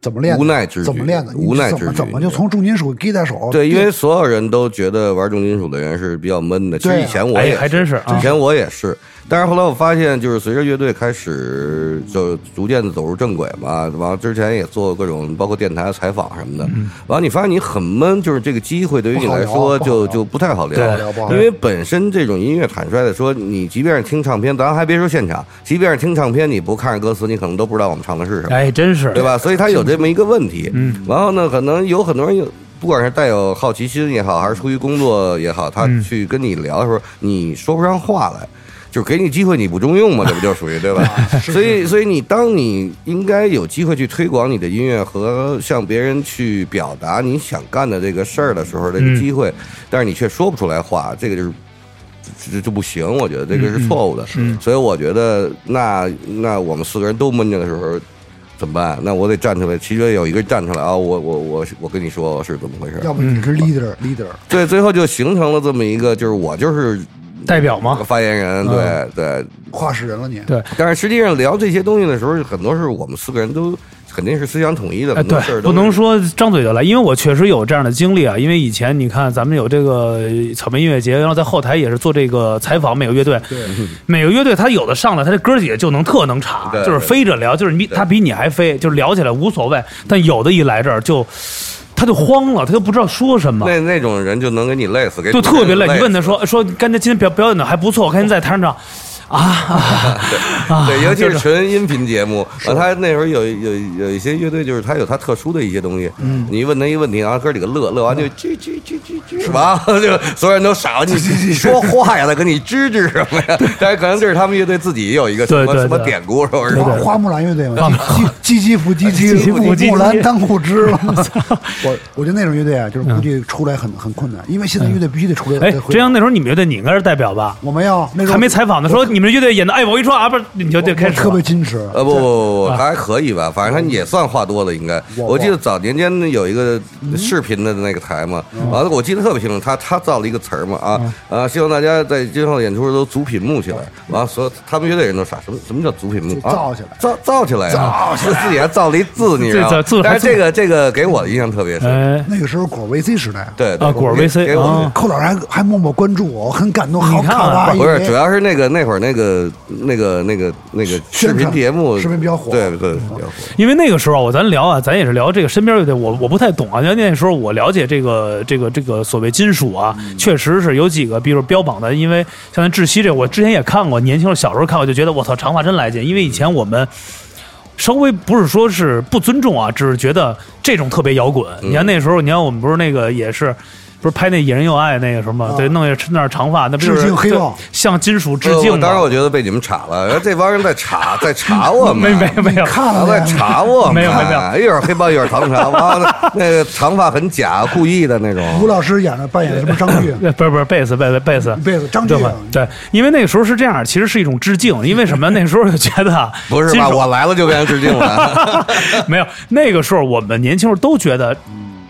S4: 怎么练的？
S3: 无奈之举
S4: 怎么练的？你
S3: 无奈之
S4: 怎么
S3: 举
S4: 怎么就从重金属给在手？
S3: 对，因为所有人都觉得玩重金属的人是比较闷的。其实
S4: 对啊
S3: 以前我
S5: 哎
S3: 也
S5: 还真是啊
S3: 以前我也是。但是后来我发现，就是随着乐队开始就逐渐的走入正轨嘛，完了之前也做各种包括电台采访什么的，完了你发现你很闷，就是这个机会对于你来
S4: 嗯不好聊
S3: 说
S4: 不好
S3: 就
S4: 聊
S3: 就不太好聊，
S4: 不好聊不好
S3: 因
S4: 聊
S3: 为本身这种音乐，坦率的说，你即便是听唱片，咱还别说现场，即便是听唱片，你不看着歌词，你可能都不知道我们唱的是什么。
S5: 哎，真是
S3: 对？吧？所以他有这么一个问题。嗯，然后呢，可能有很多人有，不管是带有好奇心也好，还是出于工作也好，他去跟你聊的时候，你说不上话来。就是给你机会你不中 用嘛，这不就属于对吧？所以，所以你当你应该有机会去推广你的音乐和向别人去表达你想干的这个事儿的时候，这个
S5: 嗯
S3: 机会，但是你却说不出来话，这个就是这这不行，我觉得这个是错误的。
S5: 嗯
S3: 所以我觉得那那我们四个人都闷着的时候。怎么办？那我得站出来。其中有一个人站出来啊！我我我我跟你说是怎么回事？
S4: 要不
S5: 嗯
S4: 你是 leader leader，
S3: 对，最后就形成了这么一个，就是我就是
S5: 代表吗？
S3: 发言
S5: 嗯
S3: 人，对、对。
S4: 跨世人了你。
S5: 对
S3: 但是实际上聊这些东西的时候，很多是我们四个人都肯定是思想统一的，
S5: 哎，
S3: 很多
S5: 对
S3: 事儿，都
S5: 不能说张嘴就来，因为我确实有这样的经历啊。因为以前你看，咱们有这个呃草莓音乐节，然后在后台也是做这个采访，每个乐队，每个乐队他有的上来，他这哥几个就能特能查
S3: 对，
S5: 就是
S3: 对
S5: 飞着聊，就是你他比你还飞，就是聊起来无所谓。但有的一来这儿就他就慌了，他就不知道说什么。
S3: 那那种人就能给你累死，给
S5: 就特别累。你问他
S3: 死
S5: 说说，刚才今天表表演的还不错，我看您在台上唱，啊 啊，
S3: 对，
S5: 啊
S3: 尤其
S5: 就是
S3: 纯音频节目，啊，他那时候有有有一些乐队，就是他有他特殊的一些东西。嗯，你一问他一问题，然后哥几个乐，乐完就吱吱吱吱吱，是吧？就所有人都傻了， 你你你说话呀，他跟你吱吱什么呀？但是可能这是他们乐队自己有一个什么
S5: 对对
S3: 什么
S5: 对
S3: 典故，是不是？
S4: 花花木兰乐队嘛，唧唧唧复唧
S5: 唧唧复唧
S4: 唧，
S5: 唧
S4: 木兰当户 织嘛。 我我觉得那种乐队啊，就是估计出来很很困难，因为现在乐队必须得出来。
S5: 嗯哎
S4: 得，回
S5: 真阳那时候你们乐队你应该是代表吧？
S4: 我们要那时候
S5: 还没采访呢，说你们乐队演的《爱我一说》啊，不是你就
S4: 我
S5: 得开
S4: 我
S5: 始
S4: 特
S5: 了
S4: 别矜持。
S3: 呃，不不不不，他还可以吧，反正他也算话多了，应该。
S4: 啊我
S3: 我记得早年间有一个视频的那个台嘛，
S4: 嗯
S3: 完了我记得特别清楚，他他造了一个词儿嘛啊啊，希望大家在今后的演出时都足屏幕起来。完了，所有他们乐队人都傻，什么什么叫足屏幕
S4: 就
S3: 啊？
S4: 造起来
S3: 造造起来呀，造自己还造了一字，你知道吗
S5: 这这字？还
S3: 但是这个这个给我的印象特别深，
S5: 哎
S4: 那个时候果 VC 时代，
S3: 对对
S5: 啊果儿
S3: 给
S5: VC
S3: 给我
S5: 啊
S4: 寇老师还还默默关注我，我很感动，好
S5: 你看啊
S4: 卡哇伊。
S3: 不是，主要是那个那会儿那个那个那个那个视
S4: 宣
S3: 频
S4: 传
S3: 节目，
S4: 视频比较火
S3: 对对，比较火。
S5: 因为那个时候啊我咱聊啊，咱也是聊这个身边乐队，我我不太懂啊。因为那时候我了解这个这个这个所谓金属啊，确实是有几个，比如标榜的，因为像咱窒息这个，我之前也看过，年轻时候小时候看，我就觉得我操，长发真来劲。因为以前我们稍微不是说是不尊重啊，只是觉得这种特别摇滚。你看那时候，你看我们不是那个也是。不是拍那《野人又爱》那个什么，对，弄一那儿长发，那不就是
S4: 致敬黑豹
S5: 对向金属致
S3: 呃
S5: 敬
S3: 我
S5: 嘛？
S3: 当时我觉得被你们查了，然后这帮人在 查，在查我
S5: 没
S3: 们，
S5: 没没有，
S4: 看了
S3: 在
S4: 没？
S3: 查我们，哎
S5: 没有没有
S3: 一会儿黑豹，一会儿长长，完了那个长发很假，故意的那
S4: 吴
S3: 种。
S4: 老师演的扮演的什 么张炬？
S5: 呃，不是不是贝斯贝斯贝斯
S4: 贝斯张
S5: 对
S4: 炬
S5: 吧对，因为那个时候是这样，其实是一种致敬，因为什么？那时候就觉得啊
S3: 不是
S5: 金
S3: 吧？
S5: 属
S3: 我来了就变成致敬 了。
S5: 没有那个时候我们年轻时候都觉得，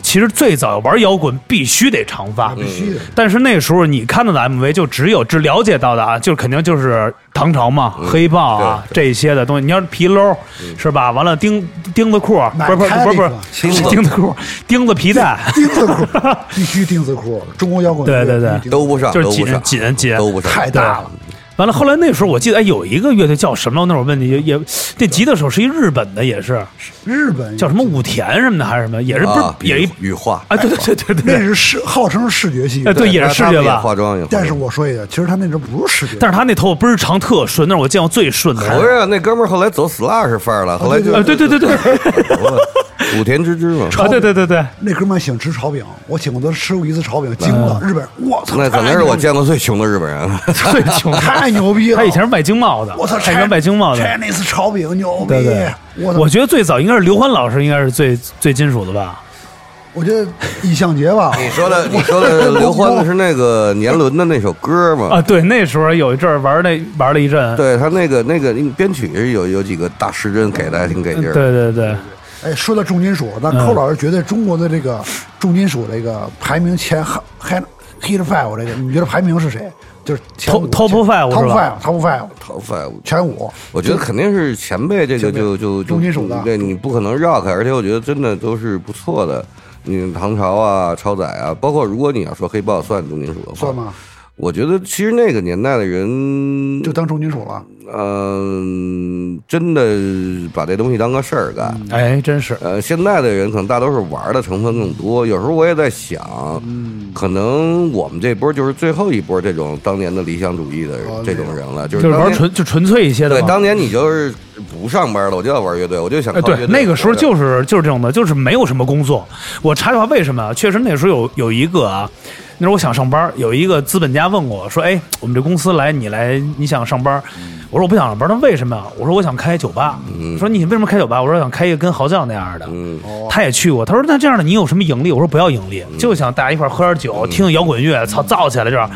S5: 其实最早玩摇滚必须得长发，
S4: 啊必须的。
S5: 但是那时候你看到的 MV 就只有只了解到的啊，就是肯定就是唐朝嘛、黑豹啊这些的东西。你要是皮褛、是吧？完了钉钉子裤，不是不是不是不是
S4: Metallica
S5: 是 钉子裤，钉子皮带，
S4: 钉子裤必须钉子裤，中国摇滚
S5: 对对对
S4: 乐队必须钉子裤
S3: 都不上，
S5: 就是
S3: 啊都不
S5: 紧
S3: 上，
S5: 紧紧
S3: 都不上。啊
S4: 太大了。
S5: 完了，后来那时候我记得，哎，有一个乐队叫什么？那会儿问你，也也那吉他手是一日本的，也是
S4: 日本
S5: 叫什么武田什么的，还是什么？也是不
S3: 啊，
S5: 是也一
S3: 羽化，
S5: 啊？对对对对
S4: 那
S5: 对，
S4: 是视号称是视觉系，
S5: 哎对也是视
S3: 他们
S5: 觉
S3: 也
S5: 吧
S3: 化妆也化妆。
S4: 但是我说一下，其实他那阵不是视觉，
S5: 但是他那头发倍儿长，特顺，那是我见过最顺的。
S3: 不是那哥们儿后来走 slash 范儿了，后来就
S5: 啊，对对对 对，
S3: 武田之之 嘛。
S5: 啊，对对对对，
S4: 那哥们儿喜欢吃炒饼，我请过他吃过一次炒饼，惊了，日本，我操，
S3: 嗯那可能
S4: 太
S3: 是
S4: 牛
S3: 我见过最穷的日本人了。
S5: 最穷。
S4: 太牛逼了，
S5: 他以前是卖经贸的，
S4: 我操，
S5: 他以前卖经贸的。
S4: ，Chinese 炒饼牛逼，
S5: 对对，
S4: 我操
S5: 我觉得最早应该是刘欢老师，应该是最最金属的
S3: 啊
S5: 吧？
S4: 我觉得易向杰吧，
S3: 你说的，你说的刘欢的是那个年轮的那首歌嘛？
S5: 啊，对，那时候有一阵儿玩那玩了一阵，
S3: 对他那个那个编曲是有有几个大师真给的还挺给劲
S5: 对
S3: 儿。
S5: 对对，
S4: 哎，说到重金属，那
S5: 嗯
S4: 寇老师觉得中国的这个重金属这个排名前 hit hit five 这个，你觉得排名是谁？就是前
S5: Top-
S4: 五
S5: Top
S4: 前
S5: five
S4: top
S5: 是吧
S4: five top five
S3: 头发，
S4: 前五，
S3: 我觉得肯定是前辈这个
S4: 前辈
S3: 就就就
S4: 中心手段
S3: 对你不可能绕开，而且我觉得真的都是不错的。你唐朝啊、超载啊，包括如果你要说黑豹算重金属的话，
S4: 算？吗？
S3: 我觉得其实那个年代的人，
S4: 就当重金属了。
S3: 嗯、真的把这东西当个事儿干。
S5: 哎，真是
S3: 呃，现在的人可能大都是玩的成分更多，有时候我也在想，
S4: 嗯
S3: 可能我们这波就是最后一波这种当年的理想主义的人、
S4: 哦
S3: 这种人了，就
S5: 就是
S3: 当
S5: 玩
S3: 年
S5: 纯就纯粹一些的
S3: 对，
S5: 嘛。
S3: 当年你就是不上班了，我就要玩乐队，我就想
S5: 哎，
S3: 靠乐
S5: 对，
S3: 队
S5: 那个时候
S3: 活着
S5: 就是就是这种的，就是没有什么工作。我插句话，为什么？确实那时候有有一个啊，那时候我想上班，有一个资本家问我说：“哎，我们这公司来你来，你想上班？”我说：“我不想上班。”他说为什么呀？我说：“我想开酒吧。说：“你为什么开酒吧？”我说：“想开一个跟豪将那样的。
S3: 嗯
S5: 他也去过，他说：“那这样的你有什么盈利？”我说：“不要盈利，就想大家一块儿喝点
S3: 嗯
S5: 酒，听听摇滚乐，操，造起来这样。”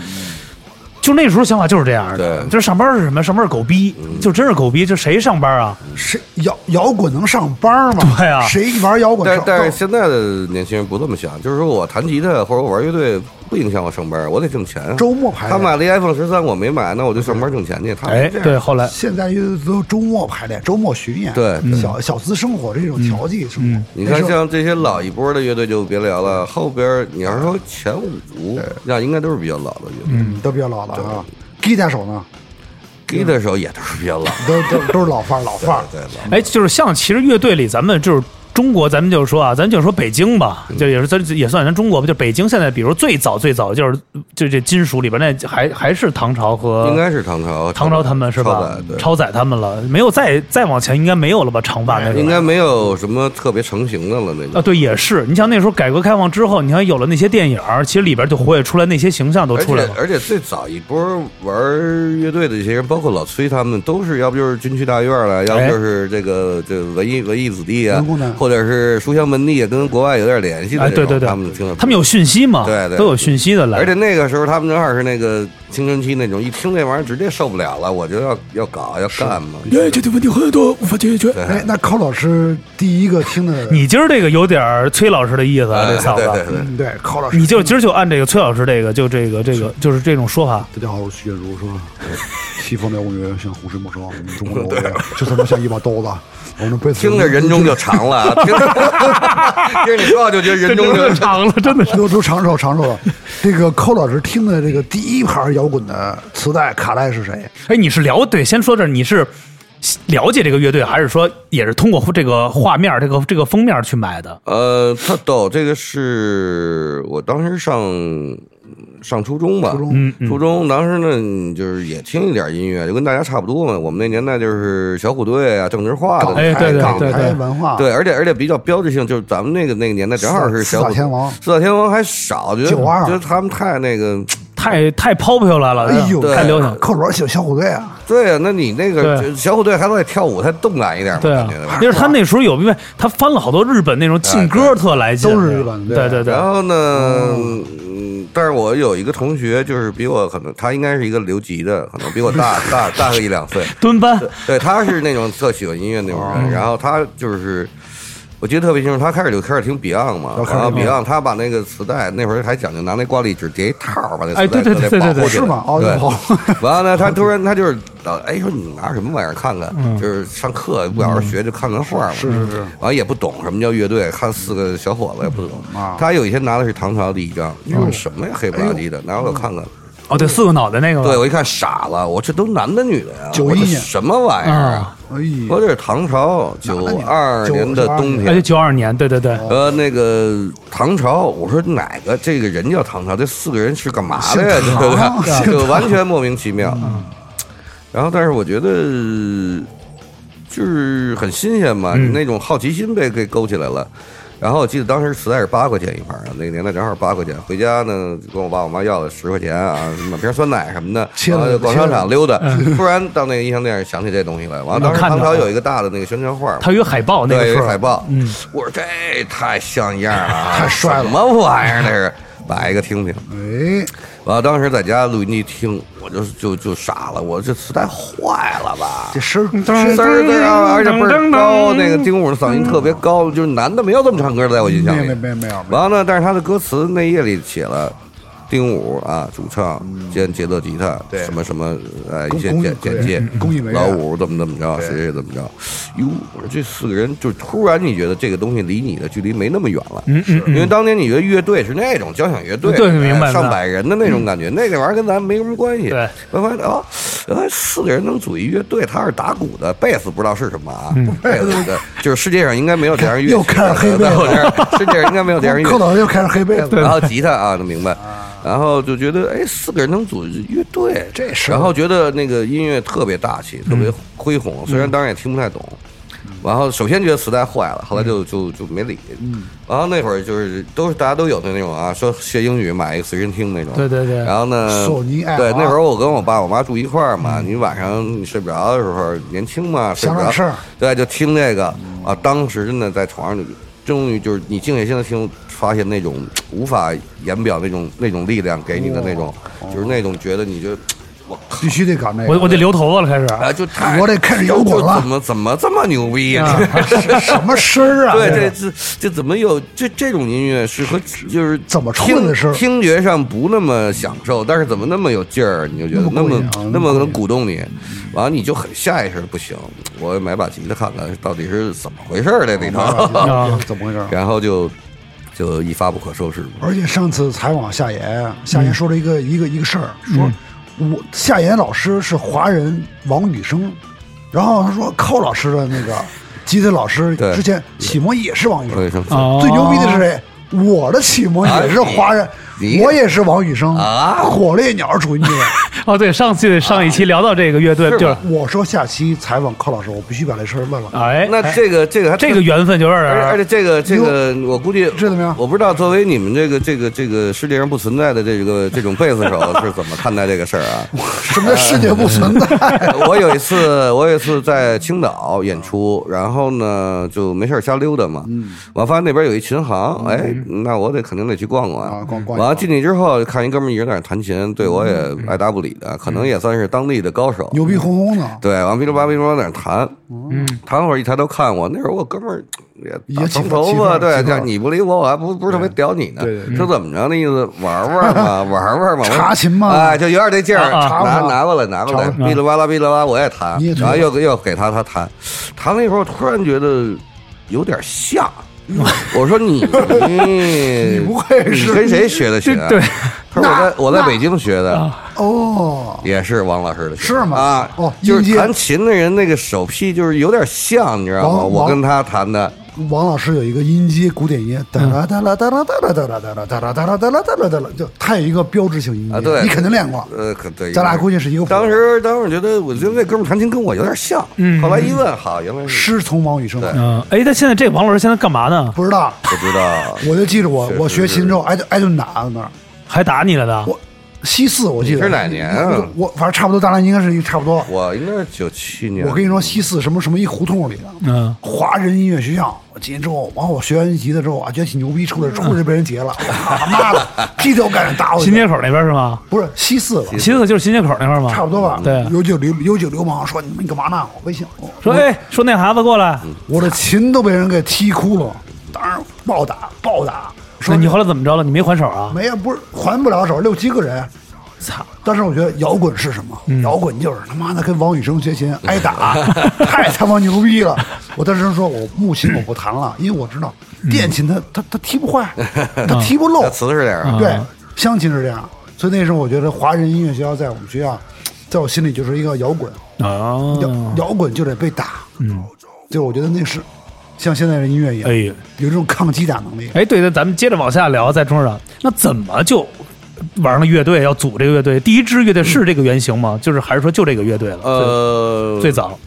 S5: 就那时候想法就是这样的，
S3: 对嗯
S5: 就是上班是什么？上班是狗逼，就真是狗逼，就谁上班啊？
S4: 谁摇摇滚能上班吗？
S5: 对啊
S4: 谁玩摇滚
S3: 但
S4: 上？
S3: 但是现在的年轻人不这么想，就是说我弹吉他或者我玩乐队不影响我上班，我得挣钱啊。
S4: 周末排
S3: 他
S4: 练，
S3: 买了一 iPhone 十三，我没买，那我就上班挣钱去。他们
S5: 哎，
S3: 这样
S5: 对，，后来
S4: 现在又都周末排练，周末巡演，
S3: 对嗯
S4: 小小资生活这种调剂
S5: 嗯
S4: 生活。
S3: 你看
S4: 那时候
S3: 像这些老一波的乐队就别聊了，后边你要是说前五，那应该都是比较老的乐队，
S4: 嗯，都比较老了啊。吉他手呢，
S3: 吉他手也都是比较老。
S4: 都都 都是老范儿，老范儿。
S3: 对老
S5: 哎，就是像其实乐队里，咱们就是中国，咱们就是说啊，咱就说北京吧，
S3: 嗯
S5: 就也是咱也算咱中国吧，就北京现在，比如最早最早就是就这金属里边那还还是唐朝和
S3: 应该是唐朝，
S5: 呃唐朝他们是
S3: 超
S5: 吧
S3: 载？对，
S5: 超载他们了，没有再再往前应该没有了吧？长发那个
S3: 应该没有什么特别成型的了那
S5: 啊，
S3: 种。
S5: 对，也是。你像那时候改革开放之后，你看有了那些电影儿，其实里边就活跃出来那些形象都
S3: 而
S5: 出来
S3: 且
S5: 了。
S3: 而且最早一波玩乐队的这些人，包括老崔他们，都是要不就是军区大院了，
S5: 哎
S3: 要不就是这个这文艺文艺子弟啊
S4: 文工团，
S3: 或者是书香门第啊，跟国外有点联系的
S5: 哎，
S3: 这种。
S5: 对对对，
S3: 他们听得多
S5: 他们有讯息嘛？
S3: 对对
S5: 都有讯息的来。
S3: 而且那个时候，他们正好是那个青春期那种，一听这玩意儿直接受不了了，我就要要搞要干嘛。
S1: 哎，这个问题很多，无法解决。
S4: 哎，那高老师第一个听的，
S5: 你今儿这个有点儿崔老师的意思啊，这
S3: 哎
S5: 嗓子。
S3: 对对对，
S4: 嗯对高老师，
S5: 你就今儿就按这个崔老师这个，就这个这个，就是这种说法。
S4: 大家好，我是徐建如，说西方摇滚乐像洪水猛兽，我们中国摇滚乐就他妈像一把刀子，啊我们被
S3: 听着人中就长了，啊，听着听着你说话就觉得人中就长。
S5: 长了，真的是。
S4: 都都长寿长寿 了。这个寇老师听的这个第一盘摇滚的磁带卡带是谁？
S5: 哎，你是了对，先说这儿，你是了解这个乐队，还是说也是通过这个画面、这个这个封面去买的？
S3: 呃，他抖这个是我当时上上初中吧，初中，
S5: 嗯
S3: 初中当时呢你就是也听一点音乐，就跟大家差不多嘛。我们那年代就是小虎队啊、郑智化的那
S5: 哎
S3: 种，
S5: 对对
S4: 港
S5: 对
S4: 台
S5: 对
S4: 文化，
S3: 对，而且而且比较标志性，就是咱们那个那个年代正好是
S4: 四
S3: 小
S4: 四
S3: 虎
S4: 大天王
S3: 四大天王还少，觉得
S4: 92
S3: 觉得他们太那个，
S5: 太太 popular 了，
S4: 哎呦，
S5: 太流行了。
S4: 寇老师喜欢小虎队啊，
S3: 对啊，那你那个
S5: 对
S3: 就小虎队还得跳舞，才动感一点嘛，
S5: 对啊
S3: 感觉吧，
S5: 因为他那时候有，因为他翻了好多日本那种劲歌特来劲，
S4: 都是日本
S5: 对
S4: 对
S5: 对对。
S3: 然后呢，嗯，但是我有一个同学，就是比我可能他应该是一个留级的，可能比我 大大大个一两岁。
S5: 蹲班，
S3: 对，他是那种特喜欢音乐那种人，然后他就是。我记得特别清楚，他开始就开始听 Beyond 嘛，然后 Beyond 他把那个磁带那会儿还讲究拿那挂历纸叠一套儿把那
S5: 哎
S3: 磁带
S5: 对对
S3: 都得
S5: 对对
S3: 保护
S5: 对
S3: 起来
S4: 是吗哦
S3: 对
S4: 有保护，
S3: 完了呢，他突然他就是老哎说你拿什么玩意儿看看，就是上课不好好学就看看画嘛，是是是，完了也不懂什么叫乐队，看四个小伙子也不懂，他有一天拿的是唐朝的一张，哟什么呀黑不拉几的，拿过来我看看，
S5: 哦，对，四个脑袋那个吧，
S3: 对我一看傻了，我这都男的女的呀，
S4: 91
S3: 我这
S4: 年
S3: 什么玩意儿啊？
S4: 哎呀
S3: 我这是唐朝九二年的冬
S5: 而且
S3: 天。
S5: 九二年，对对对，
S3: 呃，那个唐朝，我说哪个这个人叫唐朝？这四个人是干嘛的呀？
S4: 姓唐
S3: 对吧？
S4: 姓唐嗯
S3: 就完全莫名其妙。然后，但是我觉得就是很新鲜嘛，
S4: 嗯
S3: 那种好奇心被给勾起来了。然后我记得当时磁带是八块钱一盘啊，那个年代正好八块钱。回家呢，跟我爸我妈要了十块钱啊，买瓶酸奶什么的，
S4: 切
S3: 然
S4: 了
S3: 后就逛
S4: 切了嗯
S3: 商场溜达。突然到那个音像店想起这东西来，完了当时
S5: 能看
S3: 唐
S5: 到
S3: 朝有一个大的那个宣传画嘛，
S5: 他有一海报哦那个
S3: 对，
S5: 时
S3: 有一
S5: 候，
S3: 海报。
S5: 嗯，
S3: 我说这太像样了啊，
S4: 太帅了
S3: 什么玩意儿这是？买一个听听。
S4: 哎，
S3: 我当时在家录音机听，我就就就傻了，我这磁带坏了吧？
S4: 这声儿
S3: 滋儿滋儿啊，而且倍
S5: 噔噔
S3: 儿
S5: 噔
S3: 高，那个丁武的嗓音特别高，就是男的没有这么唱歌的，在我印象
S4: 没有没有
S3: 里。
S4: 没有没有，
S3: 完了，但是他的歌词那夜里写了，丁武啊，主唱兼杰乐吉他，
S6: 对
S3: 什么什么，哎，一
S4: 公
S3: 些
S4: 公益
S3: 简简
S4: 对
S3: 介
S4: 嗯，公益委员
S3: 老五怎么怎么着，谁谁怎么着，哟，我说这四个人就突然你觉得这个东西离你的距离没那么远了，
S5: 嗯嗯嗯
S3: 因为当年你觉得乐队是那种交响乐队，
S5: 对明白嗯
S3: 哎上百人的那种感觉，那个玩意儿跟咱没什么关系，
S5: 对，
S3: 我发现啊，原来四个人能组一乐队，他是打鼓的，贝斯不知道是什么啊，
S5: 嗯
S3: 贝斯的，就是世界上应该没有这 样乐器，
S4: 又开始黑贝
S3: 在
S4: 了
S3: 我这儿，世界上应该没有这样乐器
S4: 克。老师又开始黑背了。
S3: 然后吉他啊，能明白。然后就觉得，哎，四个人能组乐队，
S4: 这是
S3: 然后觉得那个音乐特别大
S4: 嗯
S3: 气，特别恢宏。虽然当然也听不太懂。然后首先觉得磁带坏
S4: 嗯
S3: 了，后来就就就没理。然后那会儿就是都是大家都有的那种啊，说学英语买一个随身听那种。
S5: 对对对
S3: 然后呢，
S4: 索尼爱
S3: 对
S4: 华
S3: 那会儿我跟我爸我妈住一块儿嘛，你晚上你睡不着的时候，年轻嘛，睡不
S4: 想
S3: 着
S4: 点事儿
S3: 对，就听这个啊，当时真的在床上就，终于就是你静下心来听，发现那种无法言表那种那种力量给你的那
S4: 哦
S3: 种，就是那种觉得你就我靠，
S4: 必须得搞那
S5: 我
S4: 个。
S5: 我得留头发了，开始。
S3: 啊，就太
S4: 我得开始摇滚了
S3: 就怎么怎么这么牛逼呀、啊
S4: 这什么声儿啊？
S3: 对，
S4: 这
S3: 这
S4: 个
S3: 这这怎么有这这种音乐是和就是
S4: 怎么出来
S3: 听
S4: 的事儿
S3: 听觉上不那么享受，但是怎么那么有劲儿？你就觉得那
S4: 那么过
S3: 么
S4: 瘾啊
S3: 那
S4: 那
S3: 么
S4: 么过瘾
S3: 能鼓动你，完了你就很下意识地不行，我买把吉他看看到底是怎么回事儿这里头，
S4: 哦
S5: 啊
S4: 怎么回事儿？
S3: 然后就就一发不可收拾。
S4: 而且上次采访夏言，夏
S3: 嗯
S4: 言说了一个、一个一个事儿，说我夏言老师是华人王羽生，然后他说寇老师的那 个吉他老师
S3: 对
S4: 之前启蒙也是王羽
S3: 我也
S4: 生，
S3: 生气
S5: 哦
S4: 最牛逼的是谁？我的启蒙也是华人，
S3: 哎你
S4: 我也是王羽生
S3: 啊
S4: 火烈鸟主音 乐。
S5: 哦，对，上期上一期聊到这个乐队，
S3: 是吧
S5: 就是
S4: 我说下期采访寇老师，我必须把这事儿问
S3: 啊
S4: 了。
S5: 哎，
S3: 那这个这个还
S5: 这个缘分就有点
S4: 啊
S3: 而而
S5: 儿
S3: 且这个这个，我估计
S4: 这怎么样
S3: 我不知道作为你们这个这个这个世界上不存在的这个这种贝斯 手是怎么看待这个事儿啊？
S4: 什么叫世界不存在？
S3: 我有一次，我有一次在青岛演出，然后呢就没事儿瞎溜达嘛，
S4: 嗯
S3: 我发现那边有一琴行，哎，那我得肯定得去逛
S4: 啊
S3: 逛。
S4: 逛逛一逛嗯
S3: 完了进去之后，看一哥们儿一人在那儿弹琴，对我也爱答不理的，可能也算是当地的高手。
S4: 牛逼哄哄的，
S3: 对，完噼里啪啦噼里啪啦在那弹，弹会儿一抬头看我，那时候我哥们儿也打
S4: 嗯也
S3: 长
S4: 起
S3: 头
S4: 起
S3: 发，
S4: 范儿
S3: 对，
S4: 起范
S3: 这
S4: 儿
S3: 你不理我，我还不不是特别屌你呢，
S6: 对对
S3: 就怎么着那意思，玩 玩嘛，玩玩嘛，我
S4: 嗯查琴嘛
S3: 哎，就有点这劲儿，
S5: 啊啊
S3: 拿
S4: 查嘛
S3: 拿过来拿过来，
S4: 查
S3: 噼里啪啦噼里啪啦，我也弹
S4: 你也，
S3: 然后
S4: 弹
S3: 又又给他他弹，弹了一会儿，我突然觉得有点 像。我说你，你
S4: 不会是
S3: 你跟谁学的 琴啊？
S5: 对，
S3: 他说我在我在北京学
S4: 啊
S3: 的，
S4: 哦，
S3: 也是王老师的琴，
S4: 是吗
S3: 啊，
S4: 哦
S3: 就
S4: 音
S3: 是
S4: 阶
S3: 弹琴的人那个手批就是有点像，你知道吗？
S4: 王
S3: 我
S4: 王
S3: 跟他弹的，
S4: 王老师有一个音阶古典音，哒啦哒啦哒啦哒啦哒啦哒啦哒啦哒啦哒啦哒啦哒啦，就他有一个标志性音
S3: 啊
S4: 阶，
S3: 对
S4: 你肯定练过。
S3: 呃，可对，
S4: 咱俩估计是一个
S3: 当时当时觉得，我觉得那哥们儿弹琴跟我有点像，
S4: 嗯
S3: 后来一问，好，原来是
S4: 师从王羽生，
S3: 对
S5: 嗯，哎，那现在这王老师现在干嘛呢？
S4: 不知道，
S3: 不知道，
S4: 我就记着我
S3: 是
S4: 我
S3: 是
S4: 学
S3: 是
S4: 琴之后挨顿挨顿打在那儿。
S5: 还打你了呢？
S4: 我西四我记
S3: 你
S4: 得
S3: 是哪年啊
S4: 我我反正差不多，当然应该是一差不多。
S3: 我应该是九七年，
S4: 我跟你说，西四什么什么一胡同里的
S5: 嗯，
S4: 华人音乐学校，我进去之后，完我学完吉他之后啊，觉得挺牛逼，出来出来就被人劫了，我操他妈的，劈头盖脸打我一顿。
S5: 新街口那边是吗？
S4: 不是西四吧？
S5: 新街就是新街口那块儿吗？
S4: 差不多吧。
S5: 啊对
S4: 有九流有九流氓说你们干嘛呢？我微信，我
S5: 说哎，说那孩子过来，
S4: 我的琴都被人给踢哭了，当然暴打暴打。说
S5: 那你后来怎么着了？你没还手啊？
S4: 没有，不是还不了手，六七个人。
S5: 操！嗯
S4: 但是我觉得摇滚是什么？摇滚就是他妈的跟王宇生学 琴挨打，太他妈牛逼了！我当时说我木琴我不弹了，因为我知道电琴
S5: 嗯
S4: 它它它踢不 坏，它踢不漏
S5: 啊
S3: 那，瓷实点儿，啊
S4: 对，相亲是这样。所以那时候我觉得华人音乐学校在我们学校，在我心里就是一个摇滚，摇
S5: 哦，
S4: 摇滚就得被打，嗯，就我觉得那是像现在的音乐一样，
S5: 哎呦
S4: 有这种抗击打能力。
S5: 哎，对对，咱们接着往下聊，在中上，那怎么就玩了乐队？要组这个乐队，第一支乐队是这个原型吗？就是还是说就这个乐队了？
S4: 啊
S3: 呃，
S5: 最最早，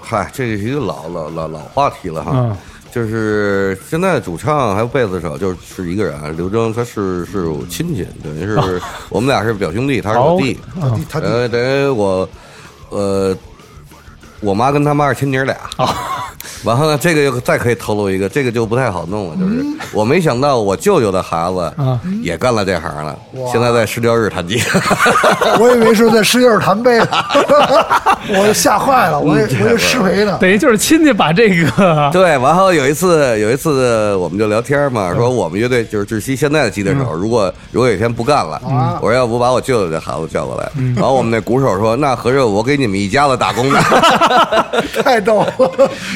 S3: 嗨，这是一个老老老老话题了哈。
S5: 嗯
S3: 就是现在主唱还有贝斯手就是一个人啊，刘征他是是我亲戚，等于是 我们俩是表兄弟，他是我弟，
S4: 他弟他弟
S3: 呃，等于我，呃，我妈跟他妈是亲姐俩，然后呢，这个又再可以透露一个，这个就不太好弄了，就是
S4: 嗯
S3: 我没想到我舅舅的孩子
S5: 啊
S3: 也干了这行了，现在在石雕日弹吉他。
S4: 我以为是在石榴弹杯呢， 我吓坏了，
S3: 嗯
S4: 我也我也失陪呢。
S5: 等于就是亲戚把这个
S3: 对，然后有一次，有一次我们就聊天嘛，说我们乐队就是窒息现在的吉他手，如果如果有一天不干了，我说要不把我舅舅的孩子叫过来，然后我们那鼓手说，那合着我给你们一家子打工呢。
S4: 太逗了，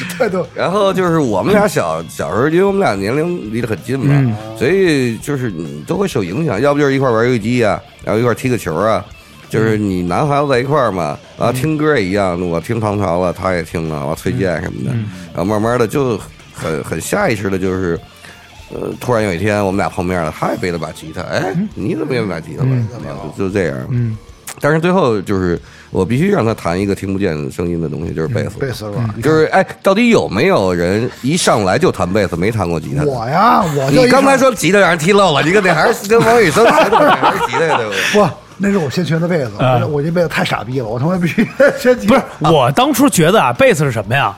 S4: 太逗了。
S3: 然后就是我们俩小小时候，因为我们俩年龄离得很近嘛，所以就是你都会受影响，要不就是一块玩游戏机啊，然后一块踢个球啊。就是你男孩子在一块儿嘛，然后听歌也一样，我听唐朝了，他也听了，我崔健什么的，然后慢慢的就很很下意识的，就是，呃，突然有一天我们俩碰面了，他也背了把吉他，哎，你怎么也买吉他了？就就这样，嗯，但是最后就是我必须让他弹一个听不见声音的东西，就是嗯贝斯，
S4: 贝斯是吧？
S3: 就是哎，到底有没有人一上来就弹贝斯，没弹过吉他的？
S4: 我呀，我就
S3: 你
S4: 一
S3: 刚才
S4: 上
S3: 说吉他让人踢漏了，你跟那还是跟王宇生学的，还是吉他呀对 不对？
S4: 不，那是我先学的贝斯，我这我这辈子太傻逼了，我他妈必须先
S5: 啊不是我当初觉得啊，贝斯是什么呀？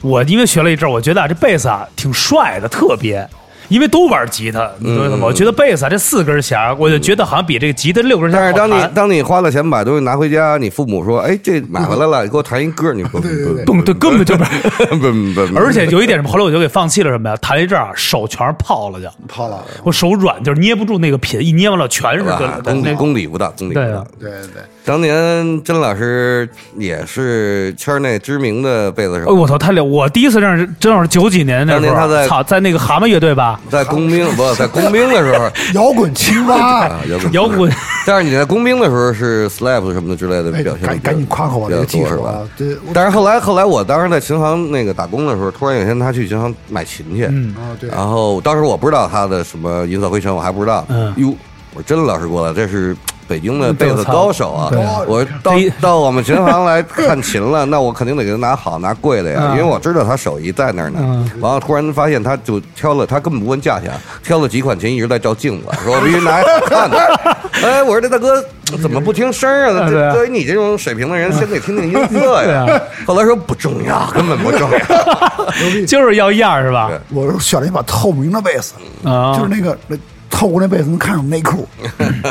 S5: 我因为学了一阵儿，我觉得啊，这贝斯啊挺帅的，特别。因为都玩吉他，你懂我意思
S3: 嗯
S5: 吗？我觉得贝斯啊，这四根弦儿，我就觉得好像比这个吉他六根弦
S3: 但
S5: 儿
S3: 是
S5: 好
S3: 当
S5: 弹。
S3: 你当你花了钱把东西拿回家，你父母说：“哎，这买回来了，你给我弹一歌。”你说：“对对
S5: 蹦对，根 本就不是。
S3: 不不不，
S5: 而且有一点什么，后来我就给放弃了什么呀？弹了一阵儿啊，手全是泡了就，
S4: 泡了。
S5: 我手软，就是捏不住那个品，一捏完了全是
S3: 啊
S5: 跟
S3: 功
S5: 那
S3: 底功底不大，功底不
S5: 对
S3: 大
S5: 啊。
S4: 对对对，
S3: 当年甄老师也是圈内知名的贝斯
S5: 哎，
S3: 手，
S5: 我操！太了，我第一次认识甄老师九几年那时
S3: 当年他在
S5: 候，啊操，在那个蛤蟆乐 队吧，
S3: 在工兵不在工兵的时候
S4: 摇滚青 蛙，
S3: 啊，摇滚
S5: 摇滚。
S3: 但是你在工兵的时候是 slap 什么的之类的
S4: 哎，
S3: 表现比较，
S4: 赶赶紧夸夸我
S3: 比
S4: 这
S3: 较
S4: 个技
S3: 多是
S4: 术
S3: 吧
S4: 啊！！这我
S3: 但是后来后来，我当时在琴行那个打工的时候，突然有一天他去琴行买琴去，嗯
S4: 啊对
S3: 然后当时我不知道他的什么银色灰尘，我还不知道，
S5: 嗯
S3: 哟，我说甄老师过来，这是北京的贝斯高手啊
S5: 对！
S3: 我说到 到我们琴行来 看琴了，那我肯定得给他拿好拿贵的呀，
S5: 嗯
S3: 因为我知道他手艺在那儿呢
S5: 嗯。
S3: 完了，突然发现他就挑了，他根本不问价钱，挑了几款琴一直在照镜 子，说我必须拿一好看的。哎，我说这大哥怎么不听声儿啊？
S5: 嗯对
S3: 这
S5: 啊
S3: 作为你这种水平的人，先得听听音色呀。
S5: 对啊
S3: 后来说不重要，根本不重要。
S5: 就是要样儿是吧？
S4: 我选了一把透明的贝斯，
S5: 啊，
S4: 就是那个那透过那贝斯能看出内 裤，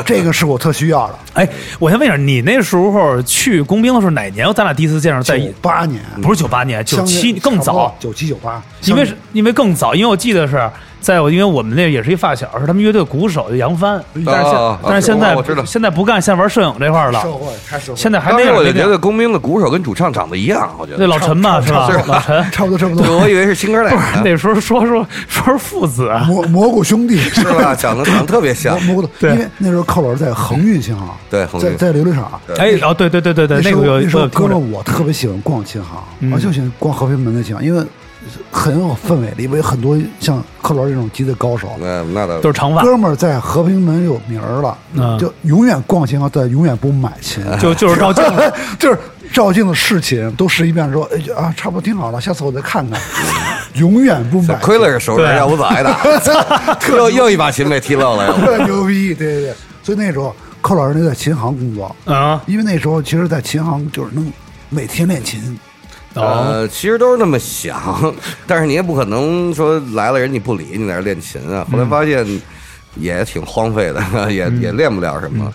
S4: 这个是我特需要的。
S5: 哎，我先问一下，你那时候去工兵的时候哪年？咱俩第一次见着在
S4: 九八年，
S5: 不是九八年，九七更早，
S4: 九七九八，
S5: 因为是因为更早，因为我记得是在我，因为我们那也是一发小，是他们乐队鼓手就杨帆，但是现、
S3: 啊
S5: 但是现在、
S3: 我知道
S5: 现在不干，现在玩摄影这块儿
S4: 社
S5: 了，
S4: 会太社会，
S5: 现在还
S3: 当
S5: 那
S3: 时
S5: 样
S3: 我
S5: 那
S3: 就觉
S5: 样
S3: 得工兵的鼓手跟主唱长得一样，我觉
S5: 那
S3: 得。
S5: 老陈嘛是吧
S3: 差不？
S5: 老陈。
S4: 差不多差不
S3: 对，
S4: 多。
S3: 我以为是青哥俩呢，
S5: 那时候说说说是父子，啊
S4: 蘑蘑菇兄弟是
S3: 是吧？长得长得特别像
S4: 蘑。蘑菇，因
S5: 对
S4: 为那时候寇老师在恒运琴行，啊
S3: 对恒运
S4: 在在琉璃厂。
S5: 哎，哦对对对对对，
S4: 那
S5: 那
S4: 时候
S5: 个有
S4: 那时
S5: 我
S4: 候
S5: 有
S4: 哥
S5: 听
S4: 们儿
S5: 着，
S4: 我特别喜欢逛琴行，啊
S5: 嗯
S4: 我就喜欢逛和平门的琴行，因为很有氛围，里边有很多像寇老师这种级的高手。
S3: 那那倒
S5: 都是长发，
S4: 哥们儿在和平门有名儿了，
S5: 嗯
S4: 就永远逛琴行，但永远不买琴，
S5: 就就是照镜 子，
S4: 就是照镜子试琴，都试一遍说，哎呀啊，差不多挺好了，下次我再看 看，永远不买琴，
S3: 亏了是熟人，
S5: 对
S3: 要不早挨打。又又一把琴被踢漏了，要不
S4: 特 牛逼，对对对，所以那时候寇老师就在琴行工作，
S5: 嗯，
S4: 因为那时候其实，在琴行就是能每天练琴，
S5: 哦，
S3: 呃，其实都是那么想，但是你也不可能说来了人你不理，你在那儿练琴
S5: 嗯
S3: 啊。后来发现也挺荒废的， 也、也练不了什
S5: 嗯
S3: 么。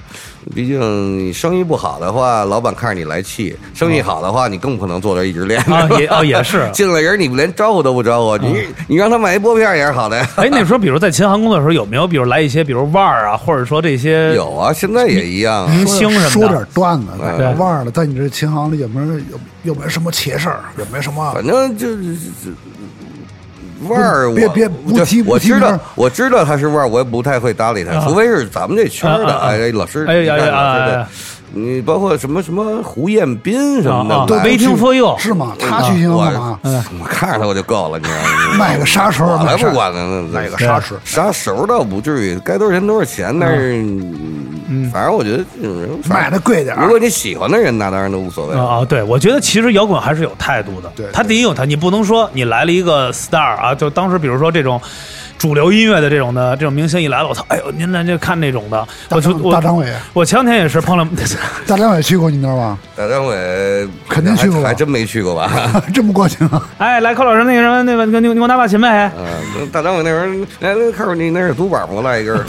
S3: 毕竟你生意不好的话，老板看着你来气；生意好的话，你更不可能坐这儿一直练。，
S5: 啊也哦也是 哦
S3: 进来人你连招呼都不招呼，你你让他买一拨片也是好的呀。
S5: 哎，那时候比如在琴行工作的时候，有没有比如来一些比如腕儿啊，或者说这些
S3: 有啊，现在也一样啊。
S5: 明
S4: 说
S5: 星
S4: 点
S5: 什
S4: 说
S5: 么
S4: 点
S5: 的？
S4: 段子，
S5: 对
S4: 忘忘了，在你这琴行里有没有有有没有什么邪事儿，有没有什么
S3: 反正就是腕儿，我
S4: 别别不
S3: 就
S4: 提不
S3: 我
S4: 提
S3: 知
S4: 名
S3: 道
S4: 儿，
S3: 我知道他是腕儿，我也不太会搭理他，
S5: 啊
S3: 除非是咱们这圈儿的。
S5: 啊啊啊
S3: 哎，老师，
S5: 哎
S3: 你看
S5: 哎哎
S3: 老师
S5: 哎
S3: 这
S5: 哎
S3: 你包括什么什么胡彦斌什么
S5: 啊啊
S3: 的，
S5: 都
S3: 来嗯
S5: 没听 for you
S4: 是吗？他去琴行干嘛
S3: 我？我看着他我就够了，你知道吗？
S4: 卖个杀手，
S3: 我才
S4: 卖
S3: 不
S4: 杀
S3: 管呢，那
S4: 买个沙石，
S3: 啥时候倒不至于，该多少钱多少钱，但是嗯反正我觉得这种人
S4: 买的贵点儿
S3: 如果你喜欢的人，那当然都无所谓了。
S5: 啊啊！对，我觉得其实摇滚还是有态度的。
S4: 对
S5: 他得有他，你不能说你来了一个 star 啊，就当时比如说这种主流音乐的这种的这种明星一来了，我操，哎呦，您来这看那种的，我就
S4: 张
S5: 我
S4: 大张伟
S5: 我前两天也是 碰了，
S4: 大张伟去过你那儿吗？
S3: 大张伟
S4: 肯定去过
S3: 还还真没去过吧？
S4: 这么过啊去吗？
S5: 哎，来寇老师那个什么那个你你给我拿把琴呗，
S3: 呃哎啊，大张伟那人，哎，那看你那是独板吗？来一根儿，